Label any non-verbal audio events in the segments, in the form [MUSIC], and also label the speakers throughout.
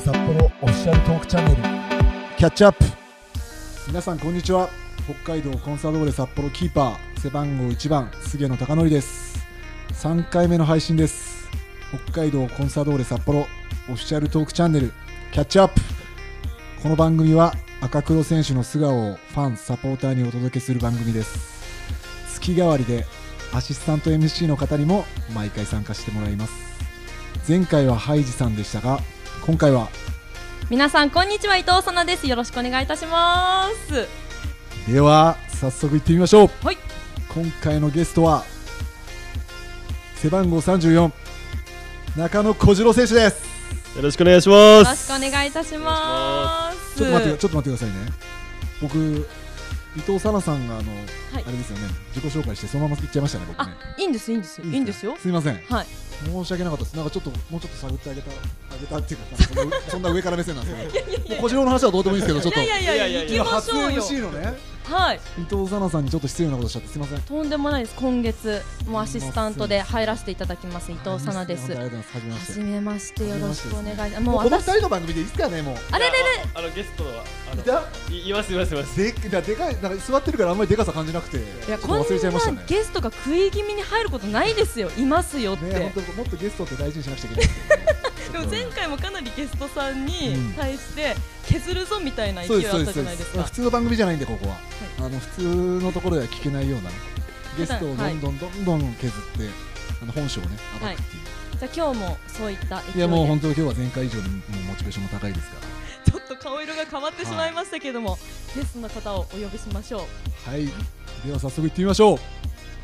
Speaker 1: シャルトークチャンネルキャッチアップ
Speaker 2: 皆さんこんにちは北海道コンサドーレ札幌キーパー背番号1番菅野貴則です3回目の配信です北海道コンサドーレ札幌オフィシャルトークチャンネルキャッチアップこの番組は赤黒選手の素顔をファンサポーターにお届けする番組です月替わりでアシスタント MC の方にも毎回参加してもらいます前回はハイジさんでしたが今回は
Speaker 3: 皆さんこんにちは伊藤さなですよろしくお願いいたします
Speaker 2: では早速行ってみましょう
Speaker 3: はい
Speaker 2: 今回のゲストは背番号34中野小次郎選手です
Speaker 4: よろしくお願いしま
Speaker 3: よろし
Speaker 4: す。
Speaker 3: くお願いいたします
Speaker 2: ちょっと待ってちょっと待ってくださいね僕伊藤沙奈さんがあの、
Speaker 3: はい
Speaker 2: あれですよね自己紹介してそのまま行っちゃいましたね僕ね
Speaker 3: あいいんですいいんですいいんですよ
Speaker 2: かすいません
Speaker 3: はい
Speaker 2: 申し訳なかったですなんかちょっともうちょっと探ってあげたあげたっていうかなんかそんなそんな上から目線なんです
Speaker 3: [LAUGHS]
Speaker 2: けどもう小次郎の話はどうでもいいんですけどちょっ
Speaker 3: い
Speaker 2: と
Speaker 3: やいやいやいや行き
Speaker 2: 今
Speaker 3: ま
Speaker 2: 初
Speaker 3: しょうよ
Speaker 2: MC のね
Speaker 3: はい
Speaker 2: 伊藤沙奈さんにちょっと失礼なことしちゃってすいません
Speaker 3: とんでもないです今月もうアシスタントで入らせていただきます伊藤さなです
Speaker 2: ありがとうございますはじめまし
Speaker 3: 初
Speaker 2: て
Speaker 3: めましてよろしくお願いします
Speaker 2: も
Speaker 3: も
Speaker 2: うこ
Speaker 3: う
Speaker 2: の二
Speaker 3: 私
Speaker 2: 人の番組でいいですかねもう
Speaker 3: あれれれ
Speaker 4: あのゲストはあ
Speaker 2: い
Speaker 4: の
Speaker 2: た
Speaker 4: いいますいますいます。
Speaker 2: でっだでかいなんか座ってるからあんまりでかさ感じなくて
Speaker 3: いや
Speaker 2: ちょ
Speaker 3: こ
Speaker 2: っ
Speaker 3: ん
Speaker 2: と忘れちゃいましたね
Speaker 3: なゲストが食い気味に入ることないですよいますよって
Speaker 2: ね本当もっとゲストって大事にしなくちゃいけないです
Speaker 3: [LAUGHS] で
Speaker 2: よ
Speaker 3: も
Speaker 2: ね
Speaker 3: 前回もかなりゲストさんに
Speaker 2: うん
Speaker 3: 対して削るぞみたいな
Speaker 2: そう
Speaker 3: 勢
Speaker 2: で
Speaker 3: い
Speaker 2: す
Speaker 3: あ
Speaker 2: そうですそう
Speaker 3: ったじゃな
Speaker 2: で
Speaker 3: いですすか
Speaker 2: 普通の番組じゃないんでここは、あの普通のところでは聞けないようなゲストをどんどんどんどん削って、あの本性をね暴くっていう、
Speaker 3: じゃあ今日もそういった勢い
Speaker 2: い、
Speaker 3: で
Speaker 2: やもう本当に今日は前回以上にもうモチベーションも高いですか
Speaker 3: ちょっと顔色が変わってしまいましたけども、ゲストの方をお呼びしましょう
Speaker 2: らはいでは早速行ってみましょう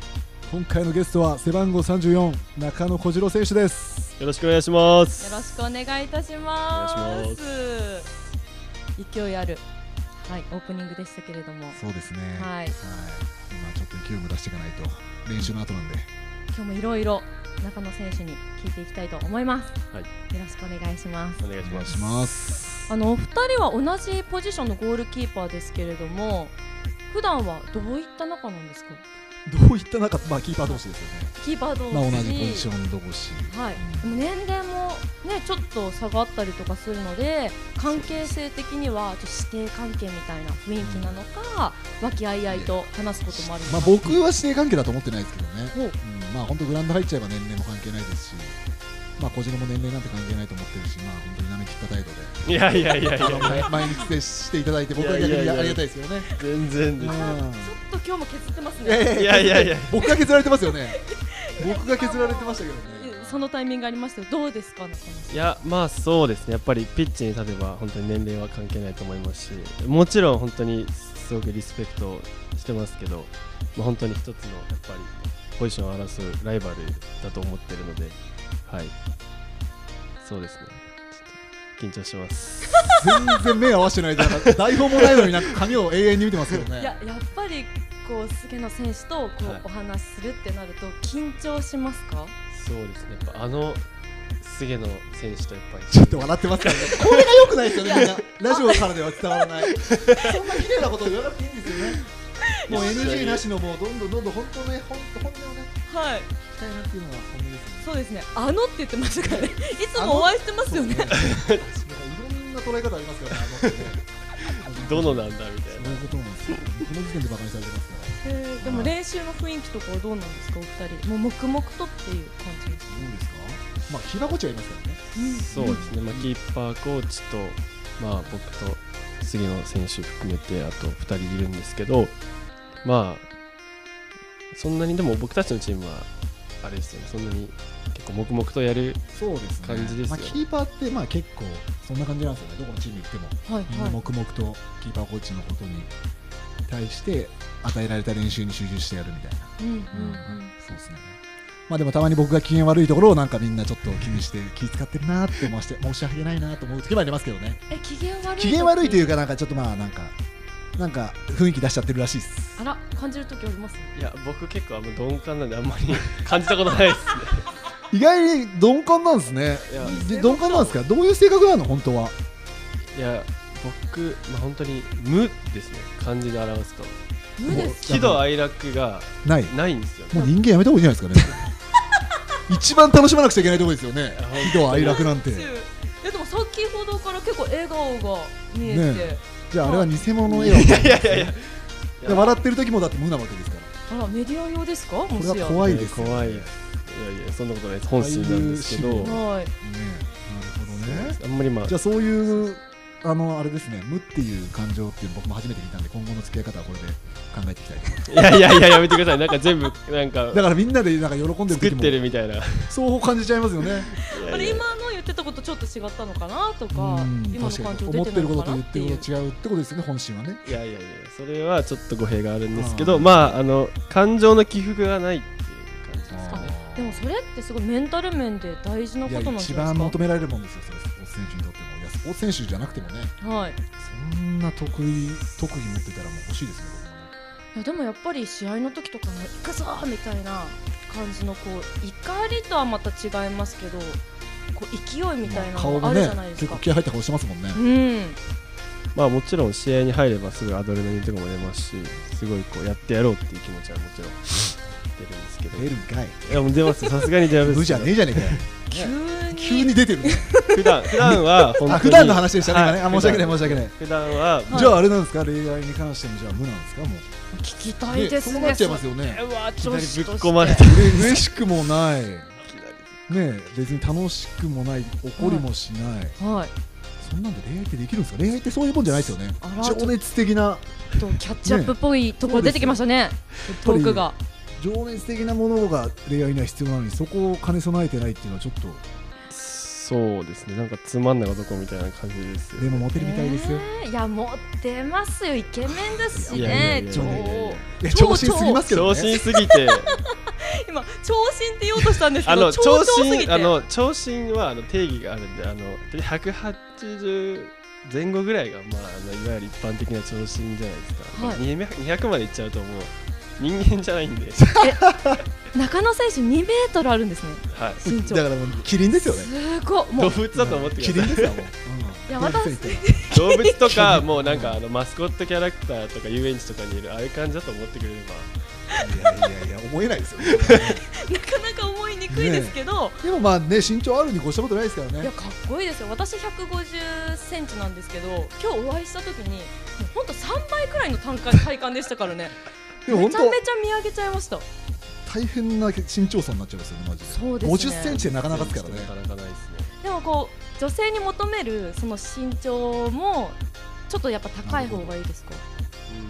Speaker 2: 今回のゲストは背番号34中野小次郎選手です
Speaker 4: よろしくお願いします。
Speaker 3: よろしくお願いいたします
Speaker 4: お願いし
Speaker 3: 勢いあるはいオープニングでしたけれども
Speaker 2: そうですね
Speaker 3: はい
Speaker 2: 今ちょっと勢いも出していかないと練習の後なんで
Speaker 3: 今日もいろいろ中野選手に聞いていきたいと思います、
Speaker 4: はい
Speaker 3: よろしくお願いします
Speaker 4: お願いし
Speaker 2: お願
Speaker 4: ま
Speaker 2: い
Speaker 4: す
Speaker 2: し。ます
Speaker 3: あのお二人は同じポジションのゴールキーパーですけれども普段はどういった仲なんですか
Speaker 2: どういった中、まあ、キーパー同士ですよね、
Speaker 3: キーパー同士
Speaker 2: まあ、同じポジション同士、
Speaker 3: はい、でも年齢もねちょっと下があったりとかするので関係性的にはちょっと師弟関係みたいな雰囲気なのか和気あいあいと話すこともあるのか
Speaker 2: まあ、
Speaker 3: な
Speaker 2: 僕は指定関係だと思ってないですけどね、
Speaker 3: ほう
Speaker 2: うんまあ、本当、グラウンド入っちゃえば年齢も関係ないですし、まあ、小次郎も年齢なんて関係ないと思ってるし、まあ、本当になめきった態度
Speaker 4: いやいやい [LAUGHS] やいや
Speaker 2: で、まあ毎日接していただいて、僕は逆にあり
Speaker 4: いやいやいや
Speaker 2: がたいですよね。
Speaker 4: 全然です。
Speaker 2: うん
Speaker 3: ちょっと今日も削ってます
Speaker 2: いやいや
Speaker 3: ね
Speaker 4: いやいやいや。
Speaker 2: 僕が削られてますよね、僕が削られてましたけどね。
Speaker 3: そのタイミングありましたよどうですか中野さ
Speaker 4: いやまあそうですねやっぱりピッチに立てば本当に年齢は関係ないと思いますしもちろん本当にすごくリスペクトしてますけど、まあ、本当に一つのやっぱりポジションを争うライバルだと思ってるのではいそうですねちょっと緊張してます
Speaker 2: 全然目合わせてないで、なんか台本もないのになんか髪を永遠に見てますけど
Speaker 3: んい
Speaker 2: ね
Speaker 3: や。やっぱりこう菅野選手とこう、
Speaker 4: はい
Speaker 3: お話しするってなると緊張しますか
Speaker 4: そうですね、やっぱあの菅野選手とやっぱり
Speaker 2: ちょっと笑ってますけどね。これが良くないですよね、みんな。ラジオからでは伝わらない。そんな綺麗なこと言わなくていいんですよね。もう NG なしの、もうどんどんどんどん本当ね、本当本音をね、
Speaker 3: は
Speaker 2: 聞
Speaker 3: い
Speaker 2: きたいなっていうのは本音ですね。
Speaker 3: そうですねあのって言ってまし
Speaker 2: [LAUGHS]
Speaker 3: たからねいつ
Speaker 2: あ
Speaker 3: も
Speaker 2: の
Speaker 3: お会いしてますよね
Speaker 2: そうなんかいろんな捉え方ありますからね、あのってね
Speaker 4: どのなんだみた
Speaker 2: そ [LAUGHS]
Speaker 4: いうな
Speaker 2: いうことなんですよ。この時点で馬鹿にされてますから。
Speaker 3: えーでも練習の雰囲気とかはどうなんですか、お二人、もう黙々とっていう感じです
Speaker 2: どうですかまあ、ひばこちゃいますからね。
Speaker 4: そうですね、まあ、キーパーコーチと、まあ、僕と杉野選手含めてあと2人いるんですけどまあそんなにでも僕たちのチームはあれですよねそんなに結構黙々とやる
Speaker 2: そうです
Speaker 4: ね感じですよ
Speaker 2: まあ、キーパーって、まあ結構、そんな感じなんですよね、どこのチーム行っても。
Speaker 3: はい
Speaker 2: みんな
Speaker 3: は
Speaker 2: 黙々とキーパーコーチのことに対して与えられた練習に集中してやるみたいな、
Speaker 3: い、うんうんうん、
Speaker 2: そうですねまあでもたまに僕が機嫌悪いところをなんかみんなちょっと気にして気使ってるなって思わして申し訳ないなと思う時もありますけどね
Speaker 3: え、機嫌悪い、、
Speaker 2: 機嫌悪いといううかなんかちょっとまあなんかなんか雰囲気出しちゃってるらしいです
Speaker 3: あら、感じる時あります、
Speaker 4: いや僕結構あんま鈍感なんであんまり感じたことないですね
Speaker 2: 意外に鈍感なんですね
Speaker 4: いや
Speaker 2: で鈍感なんですかどういう性格なの本当はい
Speaker 4: [LAUGHS] や僕、まあ、本当に無ですね漢字で表すと
Speaker 3: 無です、
Speaker 4: 喜怒哀楽が
Speaker 2: ない
Speaker 4: ないんですよね
Speaker 2: もう人間やめた方がいいんじゃない [LAUGHS] ですかね一番楽しまなくちゃいけないところですよね
Speaker 4: いや
Speaker 2: 喜怒哀楽なんて
Speaker 3: いやでも先ほどろから結構笑顔が見えて、
Speaker 2: ねじゃああれは偽物の絵を
Speaker 4: いやいやいや
Speaker 2: で笑ってる時もだって無なわけですから
Speaker 3: あらメディア用ですかも
Speaker 2: こ
Speaker 3: し
Speaker 2: れ
Speaker 3: や
Speaker 2: は怖いですよね
Speaker 4: 怖いですいやいやそんなことないです本心なんですけ
Speaker 2: ああいう
Speaker 4: ど
Speaker 2: 心
Speaker 3: はい
Speaker 2: ねえなるほどね
Speaker 4: あんまりまあ
Speaker 2: じゃあそういうあのあれですね無っていう感情っていうの僕も初めて聞いたんで今後の付き合い方はこれで考えていきたいと思います
Speaker 4: いやいやいややめてくださいなんか全部 [LAUGHS] なんか
Speaker 2: だからみんなでなんか喜んで
Speaker 4: 作
Speaker 2: る
Speaker 4: っ
Speaker 2: 時も
Speaker 4: てるみたいな
Speaker 2: そう感じちゃいますよね
Speaker 4: い
Speaker 3: こ
Speaker 4: やい
Speaker 3: れ
Speaker 4: や
Speaker 3: 今の言ってたことちょっと違ったのかなとか
Speaker 2: うん
Speaker 3: 今の
Speaker 2: 確か
Speaker 3: 感
Speaker 2: に
Speaker 3: 情
Speaker 2: 思
Speaker 3: 出
Speaker 2: ってて
Speaker 3: ない
Speaker 2: るこ
Speaker 3: の
Speaker 2: と
Speaker 3: か
Speaker 2: と言
Speaker 3: なっ
Speaker 2: ってて
Speaker 3: い
Speaker 2: る
Speaker 3: う
Speaker 2: こと違うってことですよね本心はね
Speaker 4: いやいやいやそれはちょっと語弊があるんですけど
Speaker 2: あー
Speaker 4: まああの感情の起伏がないっていう感じですかね
Speaker 2: あー
Speaker 3: でもそれってすごいメンタル面で大事なこ
Speaker 2: いや
Speaker 3: となんじ
Speaker 2: 一
Speaker 3: ゃない
Speaker 2: 番
Speaker 3: で
Speaker 2: 求められるもんですよそれスポーツ選手にとってもいやスポーツ選手じゃなくてもね
Speaker 3: すかはい
Speaker 2: そんな得意特技持ってたらもう欲しいですね
Speaker 3: いやでもやっぱり試合の時とかの行くぞみたいな感じのこう怒りとはまた違いますけどこう勢いみたいな
Speaker 2: 顔
Speaker 3: の
Speaker 2: も
Speaker 3: がある
Speaker 2: ね
Speaker 3: じゃないです
Speaker 2: 結
Speaker 3: か、
Speaker 2: 構気合入った顔してますもんね
Speaker 3: うん
Speaker 4: まあもちろん試合に入ればすぐアドレナリンとかも出ますしすごいこうやってやろうっていう気持ちはもち [LAUGHS] ろん出るんですけど
Speaker 2: 出るんかい
Speaker 4: いやもう出ますよさすがに出ますよ
Speaker 2: 無じゃねえじゃねえかよ
Speaker 3: 急
Speaker 2: 急
Speaker 3: に
Speaker 2: に出てるね
Speaker 4: 普段普段は本当に
Speaker 2: あ普段の話でしたね
Speaker 4: はい
Speaker 2: 今ねあ申し訳ない申し訳ない
Speaker 4: 普段は
Speaker 3: はい
Speaker 2: じゃああれなんですか恋愛に関してもじゃあ無なんですかもう
Speaker 3: 聞きたい
Speaker 2: ね
Speaker 3: です
Speaker 2: そ
Speaker 3: ね
Speaker 2: うなっちゃいますよね
Speaker 3: うわ
Speaker 4: いきな
Speaker 3: 女
Speaker 4: り
Speaker 3: 子
Speaker 4: ぶっ
Speaker 3: として
Speaker 4: 込まれた
Speaker 2: うれ嬉しくもないねえ別に楽しくもない怒りもしない、
Speaker 3: はい
Speaker 2: そんなんで恋愛ってできるんですか恋愛ってそういうもんじゃないですよね
Speaker 3: あら
Speaker 2: 情熱的な
Speaker 3: ちょっとキャッチアップっぽいところ出てきましたねトークが
Speaker 2: 情熱的なものが恋愛には必要なのにそこを兼ね備えてないっていうのはちょっと
Speaker 4: そうですねなんかつまんない男みたいな感じですよ
Speaker 2: でもモテるみたいですよ、
Speaker 3: えーいや持ってますよイケメンですし
Speaker 4: いやいや
Speaker 3: ね
Speaker 4: いやいや
Speaker 3: 超
Speaker 2: いやいや
Speaker 3: 超
Speaker 2: 調子すぎますけど
Speaker 4: 調
Speaker 2: ね
Speaker 4: 子にす
Speaker 2: [LAUGHS]
Speaker 4: ぎて
Speaker 3: 今長身って言おうとしたんですけ
Speaker 4: あ
Speaker 3: ど
Speaker 4: の
Speaker 3: 超
Speaker 4: 長
Speaker 3: 長すぎ
Speaker 4: 身
Speaker 3: て
Speaker 4: あの長身はあの定義があるんであの180前後ぐらいがまああのいわゆる一般的な長身じゃないですか、
Speaker 3: はい
Speaker 4: 200 200までいっちゃうともう人間じゃない
Speaker 2: [LAUGHS]
Speaker 4: んで
Speaker 3: 中野選手2メートルあるんですね
Speaker 4: はい
Speaker 3: 身長
Speaker 2: だからもうキリンですよね
Speaker 3: すごいも
Speaker 4: 動
Speaker 3: う
Speaker 4: 物だと思って
Speaker 2: キ
Speaker 4: く
Speaker 2: リ
Speaker 4: だ
Speaker 2: ン
Speaker 4: さ
Speaker 2: です
Speaker 4: い
Speaker 2: よもう、
Speaker 3: いや私
Speaker 2: うん
Speaker 4: 動物とかもうなんかあのマスコットキャラクターとか遊園地とかにいるああいう感じだと思ってくれれば
Speaker 2: いやいやいや思えないですよ、ね、
Speaker 3: なかなか思いにくいですけど、
Speaker 2: でもまあね身長あるに越したことないですから
Speaker 3: いや
Speaker 2: ね
Speaker 3: かっこいいですよ私150センチなんですけど今日お会いした時に本当3倍くらいの単価体感でしたからね
Speaker 2: でも
Speaker 3: め
Speaker 2: 本
Speaker 3: ちゃめ
Speaker 2: 当
Speaker 3: ちゃ見上げちゃいました
Speaker 2: 大変な身長差になっちゃいますよねマジで
Speaker 3: そうですね
Speaker 2: 50センチでなかなかですからね
Speaker 4: なかなかないですね
Speaker 3: でもこう女性に求めるその身長もちょっとやっぱ高い方がいいですか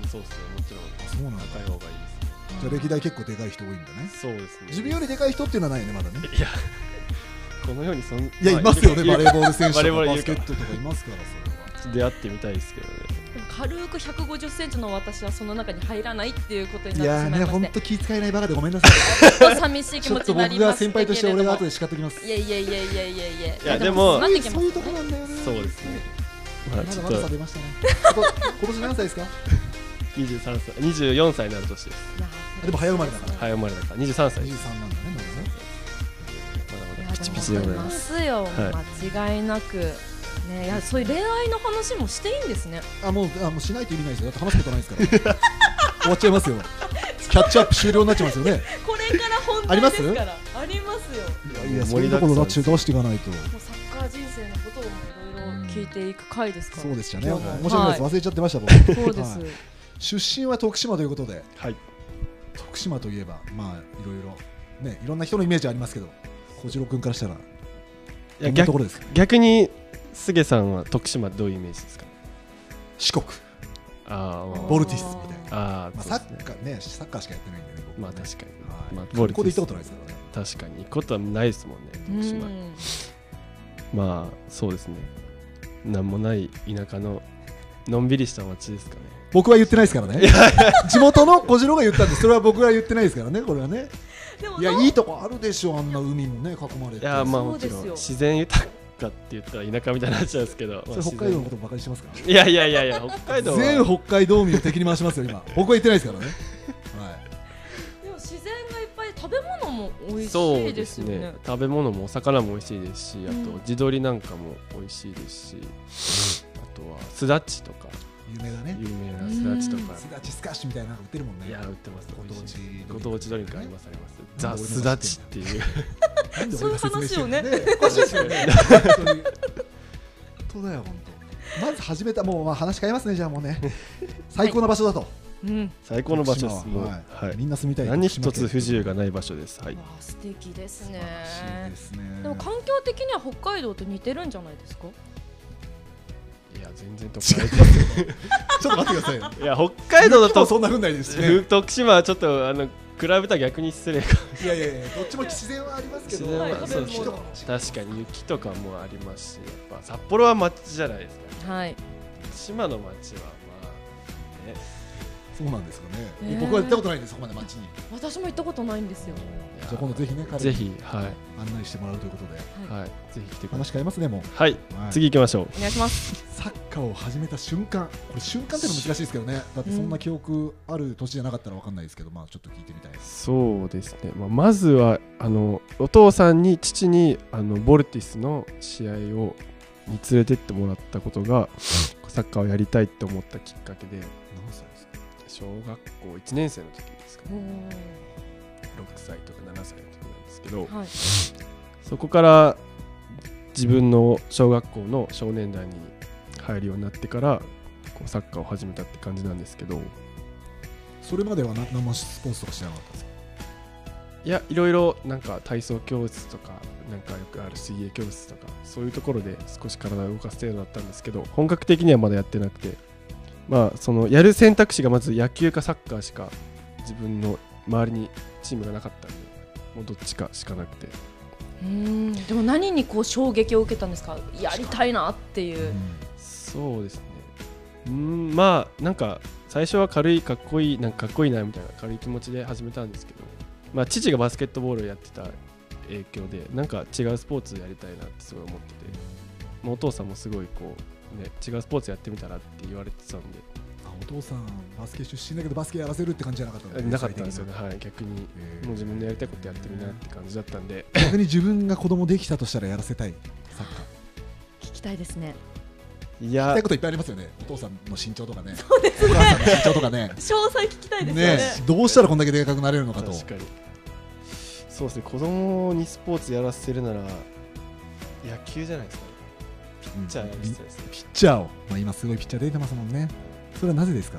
Speaker 4: うんそうですねもちろん
Speaker 2: あそうなんだ
Speaker 4: 高い方がいいですね
Speaker 2: じゃあ歴代結構でかい人多いんだね
Speaker 4: そうですね
Speaker 2: 自分よりでかい人っていうのはないよねまだね
Speaker 4: いやこのようにそん
Speaker 2: いやいますよね
Speaker 4: まあ
Speaker 2: バレーボール選手
Speaker 4: バレ
Speaker 2: と
Speaker 4: ー
Speaker 2: か
Speaker 4: ボール
Speaker 2: バ
Speaker 4: いる
Speaker 2: ス
Speaker 4: か
Speaker 2: ケ
Speaker 4: ら
Speaker 2: ットとかいますからそれは
Speaker 4: 出会ってみたいですけどね
Speaker 3: でも軽く150センチの私はその中に入らないっていうことに
Speaker 2: い
Speaker 3: な
Speaker 2: や
Speaker 3: っ
Speaker 2: ー
Speaker 3: てし
Speaker 2: ね、
Speaker 3: まい
Speaker 2: 本
Speaker 3: まして
Speaker 2: 当気遣えないバカでごめんなさい。
Speaker 3: ちょっと寂しい気
Speaker 2: ちょ
Speaker 3: 持
Speaker 2: っ
Speaker 3: ち
Speaker 2: と
Speaker 3: になり
Speaker 2: 僕
Speaker 3: ま
Speaker 2: が
Speaker 3: す
Speaker 2: 先
Speaker 3: けれ
Speaker 2: 輩として
Speaker 3: ど
Speaker 2: 俺が
Speaker 3: も
Speaker 2: 後で叱ってきます。
Speaker 3: いやいやいやいやいやいや
Speaker 4: いやでも
Speaker 3: なってきま
Speaker 2: そういうとこ
Speaker 3: す
Speaker 2: ろ
Speaker 3: ね
Speaker 2: なんだよね。
Speaker 4: そうですねま
Speaker 2: ま
Speaker 4: あち
Speaker 2: だ
Speaker 4: ょっ
Speaker 2: まだ
Speaker 4: と
Speaker 2: 差出ましたね。今年何歳ですか？
Speaker 4: 23歳24歳になる年です
Speaker 3: いや
Speaker 2: でも早生まれだから
Speaker 4: 早生まれだから23歳
Speaker 2: 二
Speaker 4: で
Speaker 2: 十
Speaker 4: す
Speaker 2: 三なんだね、まだね。
Speaker 3: いや
Speaker 4: まだまだピチピチ
Speaker 3: で
Speaker 4: で
Speaker 3: も
Speaker 4: ご
Speaker 3: 思いま
Speaker 4: ざいます
Speaker 3: すよ、
Speaker 4: は
Speaker 3: 間違いなく、ね、いやそういう恋愛の話もしていいんですね
Speaker 2: あもうあもうしないと意味ないですよ。だって話すことないですから。終わっちゃいますよ。キャッチアップ終了になっちゃいますよね。
Speaker 3: これから本
Speaker 2: あ
Speaker 3: 題
Speaker 2: り
Speaker 3: で
Speaker 2: ます
Speaker 3: すからありますよ
Speaker 2: いやいやそういうところだって出していかないと。
Speaker 3: もうサッカー人生のことをいろいろ聞いていく回ですから
Speaker 2: そうでしたね。
Speaker 3: 今
Speaker 2: 面
Speaker 3: 日も
Speaker 2: 白いです。忘れちゃってました僕。
Speaker 3: そうです、
Speaker 2: はい出身は徳島ということで、
Speaker 4: はい
Speaker 2: 徳島といえばまあいろいろねいろんな人のイメージありますけど、小次郎君からしたら
Speaker 4: い
Speaker 2: ど
Speaker 4: や
Speaker 2: んなと
Speaker 4: 逆
Speaker 2: ころですか？
Speaker 4: 逆にすげさんは徳島どういうイメージですか
Speaker 2: 四国。
Speaker 4: あー
Speaker 2: ボルティスみたいな。
Speaker 4: あー
Speaker 2: まあ、
Speaker 4: そ
Speaker 2: サ
Speaker 4: うです
Speaker 2: ッ
Speaker 4: ね
Speaker 2: カーね、サッカーしかやってないんでね、僕
Speaker 4: まあ確かに
Speaker 2: はい
Speaker 4: まあボ
Speaker 2: こ
Speaker 4: ルティス
Speaker 2: こで行ったことないですからね。
Speaker 4: 確かに行くことはないですもんね
Speaker 3: う
Speaker 4: 徳島
Speaker 3: ん
Speaker 4: まあそうですねなんもない田舎ののんびりした町ですかね
Speaker 2: 僕は言ってないですからね。地元の小次郎が言ったんです。それは僕が言ってないですからね、これはね。
Speaker 3: でも
Speaker 2: いや、
Speaker 3: ない
Speaker 2: いとこあるでしょ、あんな海もね、囲まれて。
Speaker 4: いやまあ
Speaker 3: そ
Speaker 4: も
Speaker 3: う
Speaker 4: ち
Speaker 3: ですよ
Speaker 4: ろん自然豊かって言ったら田舎みたいな話なんですけど、ま
Speaker 2: そ
Speaker 4: あ
Speaker 2: れ
Speaker 4: 自
Speaker 2: 北海道の
Speaker 4: 然
Speaker 2: ことばかりしてますから。
Speaker 4: いやいやいやいや北海道は
Speaker 2: 全北海道民を敵に回しますよ、
Speaker 4: [LAUGHS]
Speaker 2: 今。僕は言ってないですからね。
Speaker 3: でも自然がいっぱい食べ物も美味
Speaker 4: そう
Speaker 3: しい
Speaker 4: で
Speaker 3: ですすよね
Speaker 4: ね食べ物もお魚も美味しいですしあと
Speaker 3: うん
Speaker 4: 地鶏なんかも美味しいですし、あとはすだちとか
Speaker 2: はい。有名だね。
Speaker 4: 有名なすだちとか
Speaker 2: す、だちスカッシュみたいなの売ってるもんね。
Speaker 4: いや売ってます
Speaker 2: ご当地ドリンク
Speaker 4: ご当地ドリンクありますあります、
Speaker 2: なん
Speaker 4: ザ・
Speaker 2: で俺の
Speaker 4: すだちっていう
Speaker 3: [LAUGHS]
Speaker 2: なんで俺が説明してんの
Speaker 3: そう
Speaker 2: おかしいですよね。本当に当だよ本当まず始めたもうまあ話変えますねじゃあもう
Speaker 4: [LAUGHS]
Speaker 2: ね最高の場所だと、
Speaker 3: うん、
Speaker 4: 最高の場所です。
Speaker 2: 徳
Speaker 4: も
Speaker 2: 島
Speaker 4: う
Speaker 2: ははい
Speaker 4: はい
Speaker 2: みんな住みたい
Speaker 4: 何一つ不
Speaker 2: 藤
Speaker 4: 自由がない場所です。はい
Speaker 3: わ。あ素敵ですね
Speaker 2: ですね
Speaker 3: でも環境的には北海道と似てるんじゃないですか
Speaker 4: いや全然都会で
Speaker 2: ちょっと待ってくだ
Speaker 4: [LAUGHS]
Speaker 2: さいよ
Speaker 4: いや北海道だ
Speaker 2: 雪も
Speaker 4: と
Speaker 2: そんなふうにないですしね
Speaker 4: ふ徳島はちょっとあの比べたら逆に失礼か。
Speaker 2: いやいやいやどっちも自然はありますけど
Speaker 4: 自然は
Speaker 2: やっぱり
Speaker 4: そうです
Speaker 2: 人が
Speaker 4: 確かに雪とかもありますし、やっぱ札幌は町じゃないですか。
Speaker 3: はい
Speaker 4: 島の町はまあね。
Speaker 2: そうなんですかね、
Speaker 3: ね
Speaker 2: 僕は行ったことないんですそこまで街に
Speaker 3: 私も行ったことないんですよ
Speaker 2: じゃあ今度ぜひね彼に
Speaker 4: ぜひはい
Speaker 2: 案内してもらうということで
Speaker 4: はいぜひ来てください。
Speaker 2: 話変えますねもう
Speaker 4: はい
Speaker 2: はい
Speaker 4: 次行きましょう。
Speaker 3: お願いします
Speaker 2: サッカーを始めた瞬間、これ瞬間ってのは難しいですけどね、だってそんな記憶ある年じゃなかったらわかんないですけど、まあちょっと聞いてみたいです。
Speaker 4: そうですね、まあ、まずはあのお父さんに父にあのボルティスの試合をに連れてってもらったこと [LAUGHS] がサッカーをやりたいって思ったきっかけで
Speaker 2: 何歳ですか？
Speaker 4: 小学校1年生の時ですか
Speaker 3: お
Speaker 4: ね6歳とか7歳の時なんですけど
Speaker 3: ーはい
Speaker 4: そこから自分の小学校の少年団に入るようになってからこうサッカーを始めたって感じなんですけど
Speaker 2: それまではな何もスポーツとかしてなかったんですか？
Speaker 4: いやいろいろなんか体操教室とかなんかよくある水泳教室とかそういうところで少し体を動かす程度だったんですけど本格的にはまだやってなくてまあそのやる選択肢がまず野球かサッカーしか自分の周りにチームがなかったんでもうどっちかしかなくて
Speaker 3: うんでも何にこう衝撃を受けたんですかやりたいなっていううん
Speaker 4: そうですねうんまあなんか最初は軽いかっこいいなんかかっこいいなみたいな軽い気持ちで始めたんですけど、まあ、父がバスケットボールをやってた影響でなんか違うスポーツやりたいなってすごい思ってて、まあお父さんもすごいこう、ね、違うスポーツやってみたらって言われてたんで
Speaker 2: あお父さんバスケ出身だけどバスケやらせるって感じじゃなかったんだね
Speaker 4: なかったんですよね、。はい、逆に
Speaker 2: えー
Speaker 4: もう自分のやりたいことやってみなって感じだったんで
Speaker 2: 逆に自分が子供できたとしたらやらせたいサッカー。
Speaker 3: 聞きたいですね
Speaker 2: や
Speaker 4: い
Speaker 2: り
Speaker 4: や
Speaker 2: たいこといっぱいありますよね。お父さんの身長とかね。そうですね。お母さんの身長とかね。
Speaker 3: 詳細聞きたいですよね
Speaker 2: ねどうしたらこんだけでかくなれるのかと。
Speaker 4: 確かにそうですね子供にスポーツやらせるなら野球じゃないですかね
Speaker 2: う
Speaker 4: ピ
Speaker 2: ん
Speaker 4: ッチャーやらせたいですね
Speaker 2: ピッチャーを、まあ、今すごいピッチャー出てますもんねそれはなぜですか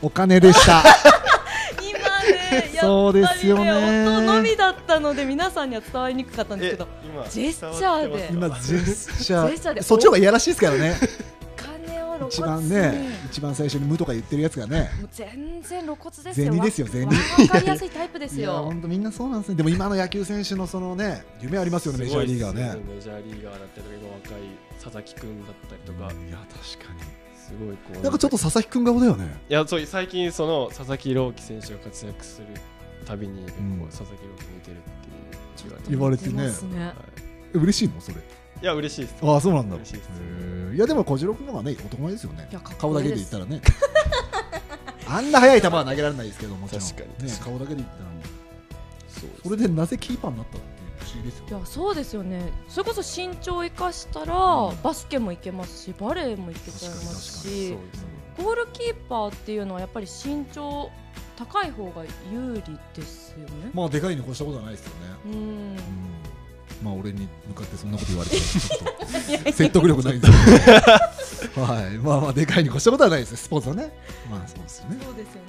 Speaker 2: お金でした
Speaker 3: [LAUGHS]
Speaker 2: [LAUGHS]
Speaker 3: 今ねやっぱりね
Speaker 2: そうですよね
Speaker 3: 音のみだったので皆さんには伝わりにくかったんですけど
Speaker 4: え今
Speaker 3: ジェスチャーで
Speaker 4: 伝
Speaker 2: 今
Speaker 4: わって
Speaker 2: ジ
Speaker 4: ま
Speaker 2: ェ
Speaker 4: すか
Speaker 2: スチャ
Speaker 3: ジェスチャーで
Speaker 2: ーそっちの方がいやらしいですから
Speaker 3: [LAUGHS]
Speaker 2: ね
Speaker 3: 金を露
Speaker 2: 一
Speaker 3: 骨
Speaker 2: 番
Speaker 3: に
Speaker 2: ね一番最初に無とか言ってるやつがね
Speaker 3: もう全然露骨ですよ
Speaker 2: 銭ですよ
Speaker 3: わ
Speaker 2: 銭
Speaker 3: わかりやすいタイプです
Speaker 2: いや
Speaker 3: よ
Speaker 2: 本当みんなそうなんですねでも今の野球選手のそのね夢ありますよねメジャーリーガー
Speaker 4: すごいっす
Speaker 2: ね
Speaker 4: ねメジャーリーガーだったりとか今若い佐々木君だったりとか
Speaker 2: いや確か
Speaker 4: すごいこ
Speaker 2: に
Speaker 4: う
Speaker 2: なんかちょっと佐々木君顔だよね
Speaker 4: いやそう最近その佐々木朗希選手が活躍するたびに、
Speaker 2: ん
Speaker 4: こう佐々木朗希に似てるっていう
Speaker 2: 言われてね
Speaker 3: ますね
Speaker 4: はい
Speaker 2: 嬉しいのそれ
Speaker 4: いや嬉しいです
Speaker 2: ああそうなんだ
Speaker 4: 嬉しいです
Speaker 2: へーいやでも小次郎君の方がね男前ですよね
Speaker 3: いやかっ
Speaker 2: 顔
Speaker 3: こ
Speaker 2: だ
Speaker 3: い
Speaker 2: け
Speaker 3: い
Speaker 2: で言
Speaker 3: で
Speaker 2: っ
Speaker 3: す
Speaker 2: たらね [LAUGHS] あんな速い球は投げられないですけどもちろん
Speaker 4: 確かに
Speaker 2: ね、顔だけで言ったらもう
Speaker 4: そうです
Speaker 2: それでなぜキーパーになったっていう不思議ですよ
Speaker 3: いやそうですよねそれこそ身長を生かしたら、バスケもいけますしバレーもいけちゃいますし
Speaker 4: そうですね
Speaker 3: ゴールキーパーっていうのはやっぱり身長高い方が有利ですよね、
Speaker 2: まあでかいに越したことはないですよね、
Speaker 3: うん
Speaker 2: うん、まあ俺に向かってそんなこと言われてもちょ
Speaker 4: [LAUGHS]
Speaker 2: っ
Speaker 3: いやいや
Speaker 2: と説得力ないんですけどはいまあまあでかいに越したことはないですねスポーツはねまあそうですよね、
Speaker 3: そうですよね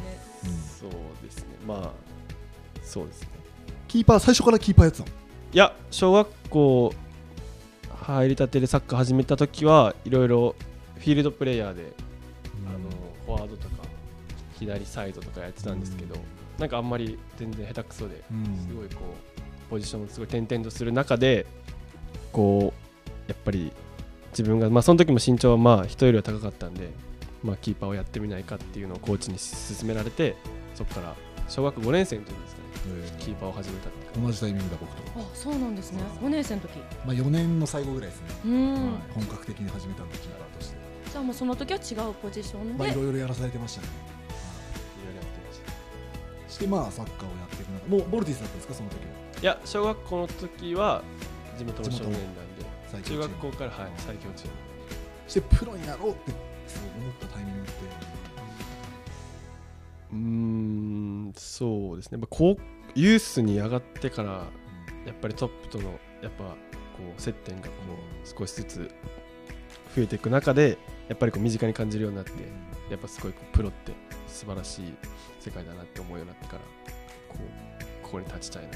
Speaker 2: うん
Speaker 4: そうですねまあそうですね
Speaker 2: キーパー最初からキーパーやってたの
Speaker 4: いや小学校入りたてでサッカー始めた時はいろいろフィールドプレイヤーであのフォワードとか左サイドとかやってたんですけど、
Speaker 2: うん
Speaker 4: なんかあんまり全然下手くそで、
Speaker 2: うん
Speaker 4: すごいこうポジションをすごい転々とする中でこうやっぱり自分が、まあ、その時も身長はまあ人よりは高かったんで、まあ、キーパーをやってみないかっていうのをコーチに勧められてそこから小学5年生の時ですかねキーパーを始めたって感
Speaker 2: 同じタイミングだ僕と、
Speaker 3: あそうなんですね5年生の時
Speaker 2: まあ、4年の最後ぐらいですね、
Speaker 3: うん、
Speaker 2: はい本格的に始めたのキーパーとして
Speaker 3: じゃあもうその時は違うポジション
Speaker 2: まあ、い
Speaker 3: で、
Speaker 2: ろいろやらされてましたね。
Speaker 4: じいろいろやってました
Speaker 2: して、まあ、サッカーをやっていく中、もうボルティスだったんですか、その時は。
Speaker 4: いや小学校の時は地元の少年団
Speaker 2: 最
Speaker 4: で
Speaker 2: 強チー
Speaker 4: 中
Speaker 2: ム
Speaker 4: 学校から、はい、最強チーム
Speaker 2: して、プロになろうって、そう思ったタイミングって。
Speaker 4: うーんそうですね、まあ、こうユースに上がってからやっぱりトップとのやっぱこう接点がこう少しずつ増えていく中でやっぱりこう身近に感じるようになってやっぱすごいこうプロって素晴らしい世界だなって思うようになってからこうここに立ちたいな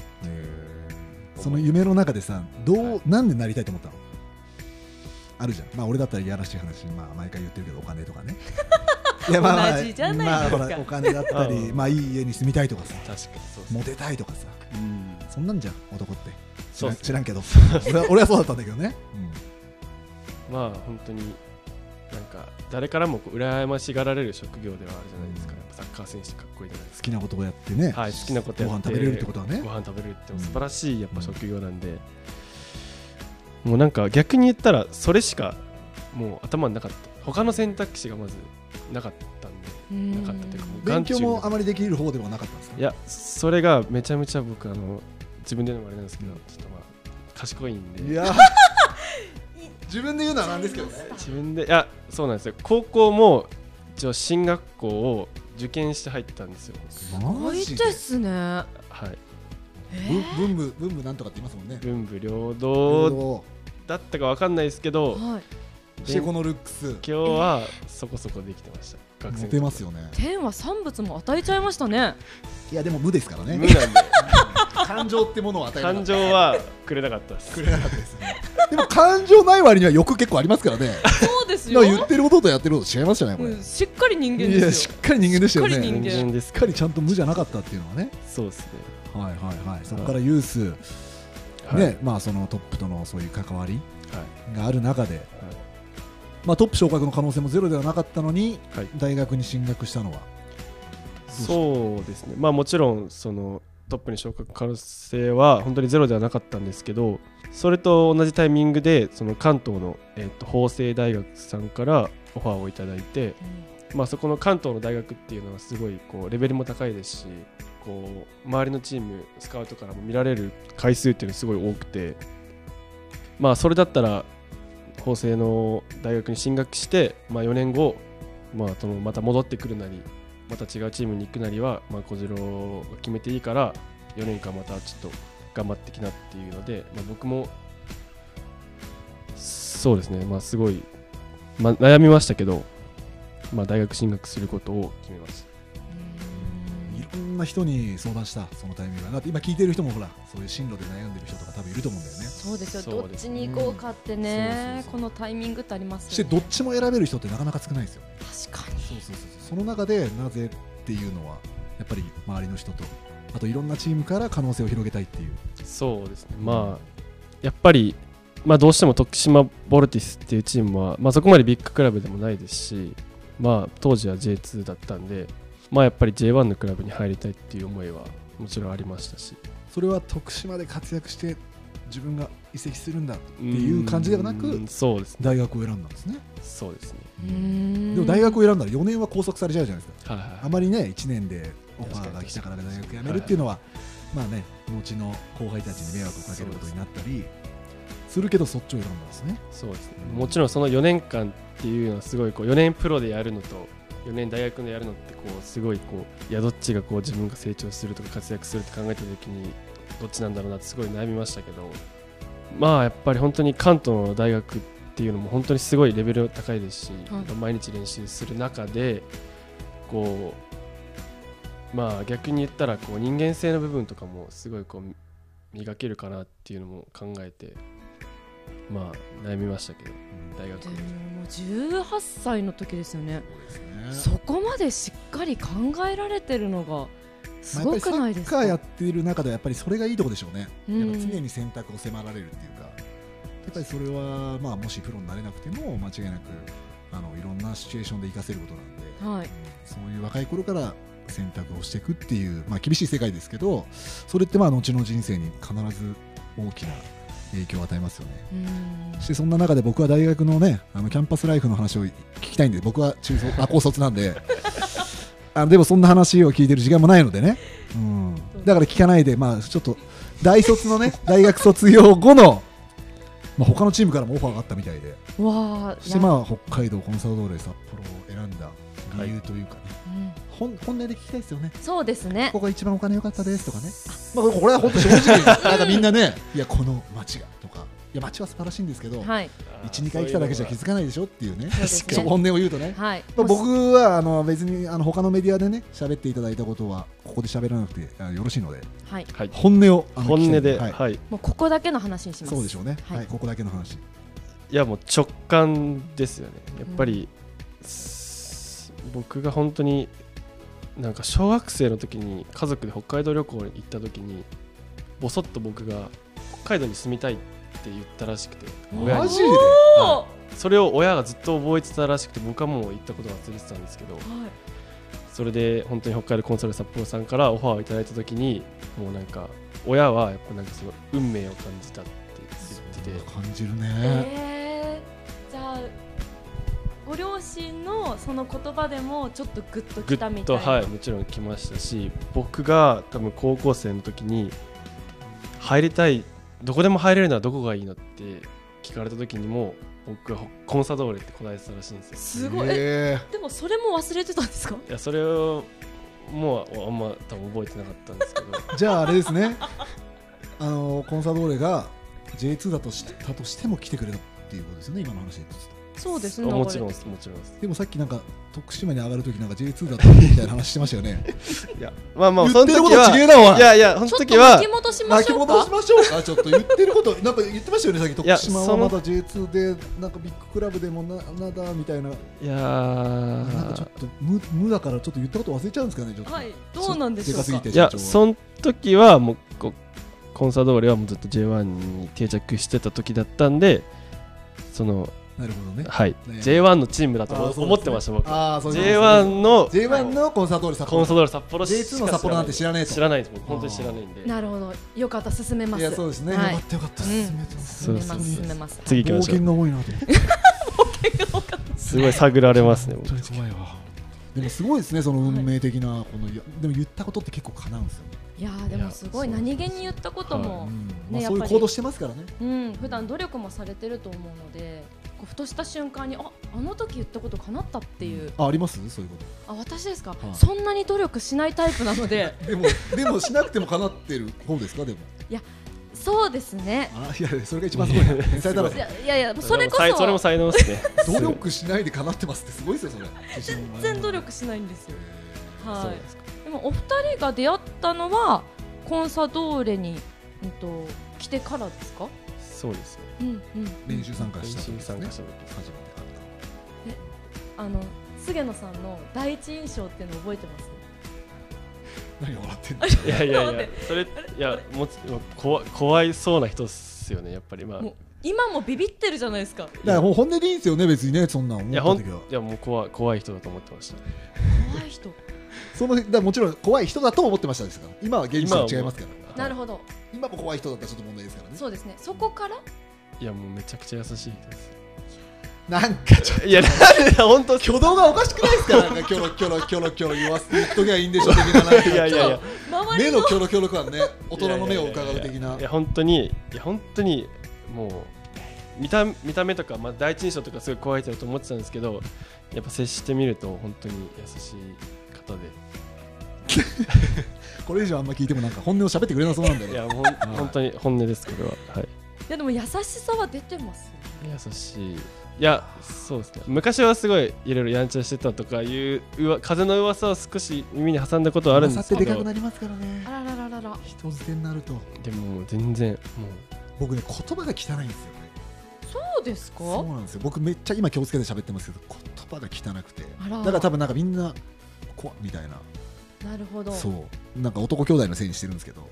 Speaker 2: その夢の中でさどう、
Speaker 4: はい
Speaker 2: なんでなりたいと思ったのあるじゃんまあ俺だったらいやらしい話、まあ、毎回言ってるけどお金とか [LAUGHS] ねいや
Speaker 3: 同じじゃないですか
Speaker 2: まあほらお金だったり
Speaker 4: うん
Speaker 2: まあいい家に住みたいとかさ
Speaker 4: 確かにそうです
Speaker 2: モ
Speaker 4: ね
Speaker 2: テたいとかさ
Speaker 4: うん
Speaker 2: そんなんじゃん男って知
Speaker 4: そう
Speaker 2: ら,、
Speaker 4: です
Speaker 2: 知
Speaker 4: ね
Speaker 2: らんけど俺は俺はそうだったんだけどね、
Speaker 4: まあ本当になんか誰からもこう羨ましがられる職業ではあるじゃないですか、
Speaker 2: うん
Speaker 4: やっぱサッカー選手かっこいいじゃないで
Speaker 2: 好
Speaker 4: すか
Speaker 2: きなことをやってね、
Speaker 4: はい、好きなことや
Speaker 2: ご飯
Speaker 4: って
Speaker 2: 食べれるってことはね
Speaker 4: ご飯食べれるって素晴らしいやっぱ職業なんで、もうなんか逆に言ったらそれしかもう頭になかった他の選択肢がまずなかったんで
Speaker 3: な
Speaker 4: なかったというかもう
Speaker 2: 勉強
Speaker 4: 眼中に
Speaker 2: もあまりできる方ではなかったんですか
Speaker 4: いやそれがめちゃめちゃ僕あの自分で言うのもあれなんですけどちょっとまあ賢いんで
Speaker 2: いや [LAUGHS] 自分で言うのはなんですけどね
Speaker 4: 自分でいやそうなんですよ高校も一応進学校を受験して入ったんですよ、
Speaker 3: 多
Speaker 2: マ
Speaker 3: い
Speaker 2: ジで
Speaker 3: ですね。
Speaker 4: はい、
Speaker 2: ぶ文武文武なんとかって言いますもんね
Speaker 4: 文武両
Speaker 2: なる
Speaker 4: 道
Speaker 2: ほ
Speaker 4: だったかわかんないですけ
Speaker 3: え
Speaker 4: ど
Speaker 3: ーはい。
Speaker 2: どシェコのルックス
Speaker 4: 今日はそこそこできてました学生
Speaker 2: モ
Speaker 4: の
Speaker 2: テ
Speaker 4: 時
Speaker 2: ますよね
Speaker 3: 天は産物も与えちゃいましたね。
Speaker 2: いやでも無ですから
Speaker 4: 無
Speaker 2: ね
Speaker 4: なんで
Speaker 2: 感情ってものを与えなか
Speaker 4: 感
Speaker 2: った
Speaker 4: 情はくれなかっ
Speaker 2: [LAUGHS]
Speaker 4: たです
Speaker 2: くれなかったですね [LAUGHS] でも感情ない割には欲結構ありますからね
Speaker 3: そうです
Speaker 2: 今
Speaker 3: よ。
Speaker 2: 言ってることとやってること違いますよねこ
Speaker 3: う
Speaker 2: れ
Speaker 3: んしっかり人間
Speaker 2: いや
Speaker 3: です
Speaker 2: し
Speaker 3: よ。
Speaker 2: っかり人間でしたよね
Speaker 3: しっかり人間
Speaker 2: し
Speaker 4: 人間です
Speaker 2: っかりちゃんと無じゃなかったっていうのはね
Speaker 4: そうですね
Speaker 2: はいはいはいそこからユース
Speaker 4: はいはい
Speaker 2: ねまあそのトップとのそういう関わりがある中で
Speaker 4: はい
Speaker 2: まあトップ昇格の可能性もゼロではなかったのに
Speaker 4: はい
Speaker 2: 大学に進学したのは
Speaker 4: そうですねまあもちろんそのトップに昇格可能性は本当にゼロではなかったんですけどそれと同じタイミングでその関東の、えっと法政大学さんからオファーをいただいて、まあ、そこの関東の大学っていうのはすごいこうレベルも高いですしこう周りのチームスカウトからも見られる回数っていうのがすごい多くて、まあ、それだったら法政の大学に進学して、まあ、4年後、まあ、そのまた戻ってくるなりまた違うチームに行くなりは、まあ、小次郎が決めていいから4年間またちょっと頑張ってきなっていうので、まあ、僕もそうですね、まあ、すごい、まあ、悩みましたけど、まあ、大学進学することを決めました
Speaker 2: いろんな人に相談したそのタイミングはだって今聞いてる人もほらそういう進路で悩んでる人とか多分いると思うんだよね
Speaker 3: そうですよ。
Speaker 4: そ
Speaker 3: ど
Speaker 4: う
Speaker 3: っ
Speaker 4: です
Speaker 3: ちに行こうかって
Speaker 2: うんそうそう
Speaker 3: ね
Speaker 2: そ。う
Speaker 3: このタイミングってありま
Speaker 2: そし
Speaker 3: す
Speaker 2: て
Speaker 3: よね。
Speaker 2: どっちも選べる人ってなかなか少ないですよね
Speaker 3: 確かに。
Speaker 2: そうそうそうその中でなぜっていうのはやっぱり周りの人とあといろんなチームから可能性を広げたいっていう
Speaker 4: そうですねまあやっぱり、まあ、どうしても徳島ボルティスっていうチームは、まあ、そこまでビッグクラブでもないですし、まあ、当時は J2 だったんで、まあ、やっぱり J1 のクラブに入りたいっていう思いはもちろんありましたし
Speaker 2: それは徳島で活躍して自分が移籍するんだっていう感じではな
Speaker 4: う
Speaker 2: く
Speaker 4: んそうですね
Speaker 2: 大学を選んだんですね
Speaker 4: そうですね
Speaker 3: うーん
Speaker 2: でも大学を選んだら4年は拘束されちゃうじゃないですか
Speaker 4: はいはい
Speaker 2: あまりね1年でオファーが来たから大学辞めるっていうのは、まあね後の後輩たちに迷惑をかけることになったりするけどそっちを選んだんですね
Speaker 4: そうですねもちろんその4年間っていうのはすごいこう4年プロでやるのと4年大学でやるのってこうすごいこういやどっちがこう自分が成長するとか活躍するって考えた時にどっちなんだろうなってすごい悩みましたけどまあやっぱり本当に関東の大学っていうのも本当にすごいレベル高いですし、
Speaker 3: はい
Speaker 4: 毎日練習する中でこうまあ逆に言ったらこう人間性の部分とかもすごいこう磨けるかなっていうのも考えてまあ悩みましたけど大学
Speaker 3: でももう18歳の時ですよね。
Speaker 2: そ
Speaker 3: そこまでしっかり考えられてるのがすごくないです
Speaker 2: ま
Speaker 3: か。
Speaker 2: あやっぱりサッカーやっている中ではやっぱりそれがいいとこでしょうね、
Speaker 3: う
Speaker 2: や
Speaker 3: ん
Speaker 2: っぱ常に選択を迫られるっていうかやっぱりそれは、まあ、もしプロになれなくても間違いなくあのいろんなシチュエーションで活かせることなんで、
Speaker 3: はい。
Speaker 2: そういう若い頃から選択をしていくっていう、まあ、厳しい世界ですけどそれってまあ後の人生に必ず大きな影響を与えますよね。
Speaker 3: うー
Speaker 2: そしてそんな中で僕は大学のねあのキャンパスライフの話を聞きたいんで僕は中卒あ高卒なんで [LAUGHS] あのでもそんな話を聞いてる時間もないのでね、うん、だから聞かないで、まあ、ちょっと大卒のね大学卒業後の、まあ、他のチームからもオファーがあったみたいで
Speaker 3: んわあ。
Speaker 2: そして
Speaker 3: あ。
Speaker 2: まあ北海道コンサートレー札幌を選んだ理由というかね、
Speaker 3: うん
Speaker 2: 本本音で聞きたいですよね
Speaker 3: そうですね。
Speaker 2: ここが一 [LAUGHS] 番お金良かったですとかね、まあ、これは本当正直、なんかみんなね、いや、この街がとか、や街は素晴らしいんですけど、
Speaker 3: はい
Speaker 2: 12回来ただけじゃ気づかないでしょっていうね
Speaker 3: そうですね
Speaker 2: そう本音を言うとね、
Speaker 3: はい
Speaker 2: まあ、僕はあの別にあの他のメディアでね喋っていただいたことはここで喋らなくてあよろしいので
Speaker 3: はい
Speaker 4: はい
Speaker 2: 本音をあの
Speaker 4: 本
Speaker 2: 聞きた
Speaker 4: 音
Speaker 2: い
Speaker 4: で、
Speaker 2: は
Speaker 4: はいい、い、
Speaker 3: もうここだけの話にします
Speaker 2: そうでしょうね、
Speaker 3: は
Speaker 2: はいいここだけの話
Speaker 4: やもう直感ですよねやっぱり、す僕が本当になんか小学生の時に家族で北海道旅行に行った時にぼそっと僕が北海道に住みたいって言ったらしくて親
Speaker 2: マ
Speaker 4: に
Speaker 2: ジで
Speaker 3: お
Speaker 4: それを親がずっと覚えてたらしくて僕はもう行ったこと忘れてたんですけど
Speaker 3: ーはい
Speaker 4: それで本当に北海道コンサル札幌さんからオファーをいただいた時にもうなんか親はやっぱなんかその運命を感じたって言ってて
Speaker 2: 感じるね、
Speaker 3: えー、じゃあご両親のその言葉でもちょっとグッと
Speaker 4: ぐ
Speaker 3: きたみ
Speaker 4: ったと
Speaker 3: いな
Speaker 4: はいもちろん来ましたし僕が多分高校生の時に入りたいどこでも入れるのはどこがいいのって聞かれた時にも僕はコンサドーレって答えてたらしいんですよ
Speaker 3: すごい、え
Speaker 2: え
Speaker 3: でもそれも忘れてたんですか
Speaker 4: いやそれをもうあんま多分覚えてなかったんですけど
Speaker 2: ーじゃああれですねあのコンサドーレが J2 だとしてだとしても来てくれたっていうことですよね今の話で言うと
Speaker 3: [LAUGHS] そうですね
Speaker 4: もちろん
Speaker 3: 流
Speaker 4: で
Speaker 3: れ
Speaker 4: すもちろんです
Speaker 2: でもさっきなんか徳島に上がるときなんか J2 だったみたいな話してましたよね
Speaker 4: いやまあまあ
Speaker 2: 言
Speaker 4: そ
Speaker 2: っ
Speaker 4: の
Speaker 2: てるこ
Speaker 4: 時
Speaker 2: と
Speaker 4: は
Speaker 2: 違えなおい
Speaker 4: いやいやその
Speaker 3: ちょっ
Speaker 4: 時
Speaker 3: と
Speaker 4: は
Speaker 3: 巻き戻しま
Speaker 2: 巻
Speaker 3: し
Speaker 2: き
Speaker 3: ょう
Speaker 2: 戻
Speaker 3: か
Speaker 2: しましょうかちょっと言ってることなんか言ってましたよねさっき
Speaker 4: いや
Speaker 2: 徳島
Speaker 4: そ
Speaker 2: は
Speaker 4: の
Speaker 2: まだ J2 でなんかビッグクラブでもななんだみたいない
Speaker 4: や
Speaker 2: なんか
Speaker 4: ー
Speaker 2: ちょっと無無だからちょっと言ったこと忘れちゃうんですかねちょっと、
Speaker 3: はいどうなんでしょう
Speaker 2: でかすぎ
Speaker 3: か
Speaker 2: て
Speaker 4: いや
Speaker 2: 身長は
Speaker 4: その時はもうこコンサドーレはもうずっと J1 に定着してた時だったんでその
Speaker 2: なるほどね
Speaker 4: はい、
Speaker 2: ね
Speaker 4: J1 のチームだと
Speaker 2: あーそうですね
Speaker 4: 思ってました僕
Speaker 2: ああそういうこと
Speaker 4: J1 の
Speaker 2: ですね J1 のコンサドーレ札
Speaker 4: コン
Speaker 2: 幌
Speaker 4: サドーレ札幌
Speaker 2: J2 の札幌なんて知らねえと
Speaker 4: 知らないです僕本当に知らないんで
Speaker 3: なるほどよかった進めま
Speaker 2: い
Speaker 3: す
Speaker 2: やそうですね、
Speaker 3: はい
Speaker 2: よかったよかった
Speaker 3: うん
Speaker 2: 進めてます
Speaker 3: 進めます
Speaker 4: そうそうそう
Speaker 3: 進めます
Speaker 4: 次行き
Speaker 2: 冒
Speaker 4: ましょ
Speaker 2: 険
Speaker 4: う
Speaker 2: が多いなと思って
Speaker 4: すごい探られますね
Speaker 2: 本
Speaker 4: 僕
Speaker 2: 当に怖いわでもすごいですねその運命的なこの、いやでも言ったことって結構叶うんですよね、
Speaker 3: いやーでもすごい
Speaker 4: いやそう
Speaker 3: 何気に言ったことも、
Speaker 2: うんま
Speaker 3: ね
Speaker 2: あ、
Speaker 3: やっ
Speaker 2: そういう
Speaker 3: ぱり
Speaker 2: 行動してますからね
Speaker 3: うん普段努力もされてると思うのでこうふとした瞬間にああの時言ったこと叶ったっていう、
Speaker 2: あありますそういうこと
Speaker 3: あ私ですか、
Speaker 2: はい
Speaker 3: そんなに努力しないタイプなので
Speaker 2: でもでもしなくても叶ってる方ですかでも
Speaker 3: [LAUGHS] そうですね
Speaker 2: あいやいやそれが一番すごいな天才だろ
Speaker 3: いやいやいやそれこ
Speaker 4: でも
Speaker 3: そ
Speaker 4: さいれも才能で
Speaker 2: [LAUGHS]
Speaker 4: すね
Speaker 2: 努力しないで叶ってますってすごいですよそれ全
Speaker 3: 全然努力しないんですよ
Speaker 4: そう
Speaker 3: は
Speaker 4: なんですか
Speaker 3: いでもお二人が出会ったのはコンサドーレに、うん、と来てからですか
Speaker 4: そうですね
Speaker 3: うんうん
Speaker 2: 練習参加した時
Speaker 4: 練習
Speaker 2: です
Speaker 4: 参
Speaker 2: ね
Speaker 4: 加した時です
Speaker 2: 初めて会ったの
Speaker 3: あの菅野さんの第一印象っていうの覚えてます
Speaker 2: 何笑ってんの
Speaker 4: いやいやい
Speaker 3: [LAUGHS] 待っ
Speaker 4: やそれいやもち怖い怖いそうな人っすよねやっぱりまあ
Speaker 3: もう今もビビってるじゃないですか
Speaker 2: だから本音でいいんですよね別にねそんなん思
Speaker 4: い
Speaker 2: っ
Speaker 4: や
Speaker 2: た
Speaker 4: ほん
Speaker 2: 時
Speaker 4: い
Speaker 2: は
Speaker 4: やもう怖い怖い人だと思ってました
Speaker 3: 怖い人
Speaker 2: そのだからもちろん怖い人だと思ってましたですから今は現実は違いますから
Speaker 4: はい
Speaker 3: なるほど
Speaker 2: 今も怖い人だったらちょっと問題ですからね
Speaker 3: そうですねそこから
Speaker 4: いやもうめちゃくちゃ優しいです
Speaker 2: なんかちょっ
Speaker 4: いや、なんだ、本当。
Speaker 2: と挙動がおかしくない
Speaker 4: [LAUGHS]
Speaker 2: ですかなんかキョロキョロキョロキョロ言わせて言っときゃいいんでしょ的ななんか
Speaker 4: いやいやいや、
Speaker 3: 周
Speaker 2: 目
Speaker 3: り
Speaker 2: の
Speaker 3: の
Speaker 2: キョロキョロ感ね大人の目を伺う的ない
Speaker 4: や、本当に、いや、本当に、もう。見た、見た目とか、まあ、第一印象とか、すごい怖い人だと思ってたんですけど。やっぱ接してみると、本当に優しい方で。
Speaker 2: これ以上あんま聞いてもなんか本音を喋ってくれなそうなんだよ
Speaker 4: い
Speaker 2: ね
Speaker 4: や、ほ
Speaker 2: [LAUGHS]
Speaker 4: ん、本当に本音です、これは。はい。
Speaker 3: いやでも優しさは出てますよ
Speaker 4: 優しい。いや、そうですね。昔はすごい、いろいろやんちゃしてたとかいう、うわ、風の噂を少し耳に挟んだことはあるんですけ
Speaker 2: 噂ってでかく
Speaker 4: ど。
Speaker 2: なりますからね
Speaker 3: あららららら
Speaker 2: 人捨てになると
Speaker 4: でも、全然、もう。
Speaker 2: 僕ね言葉が汚いんですよね
Speaker 3: そうですか
Speaker 2: そうなんですよ僕めっちゃ今気をつけて喋ってますけど言葉が汚くて
Speaker 3: あら
Speaker 2: だから多分なんかみんな怖っみたいな
Speaker 3: なるほど
Speaker 2: そうなんか男兄弟のせいにしてるんですけ [LAUGHS] ど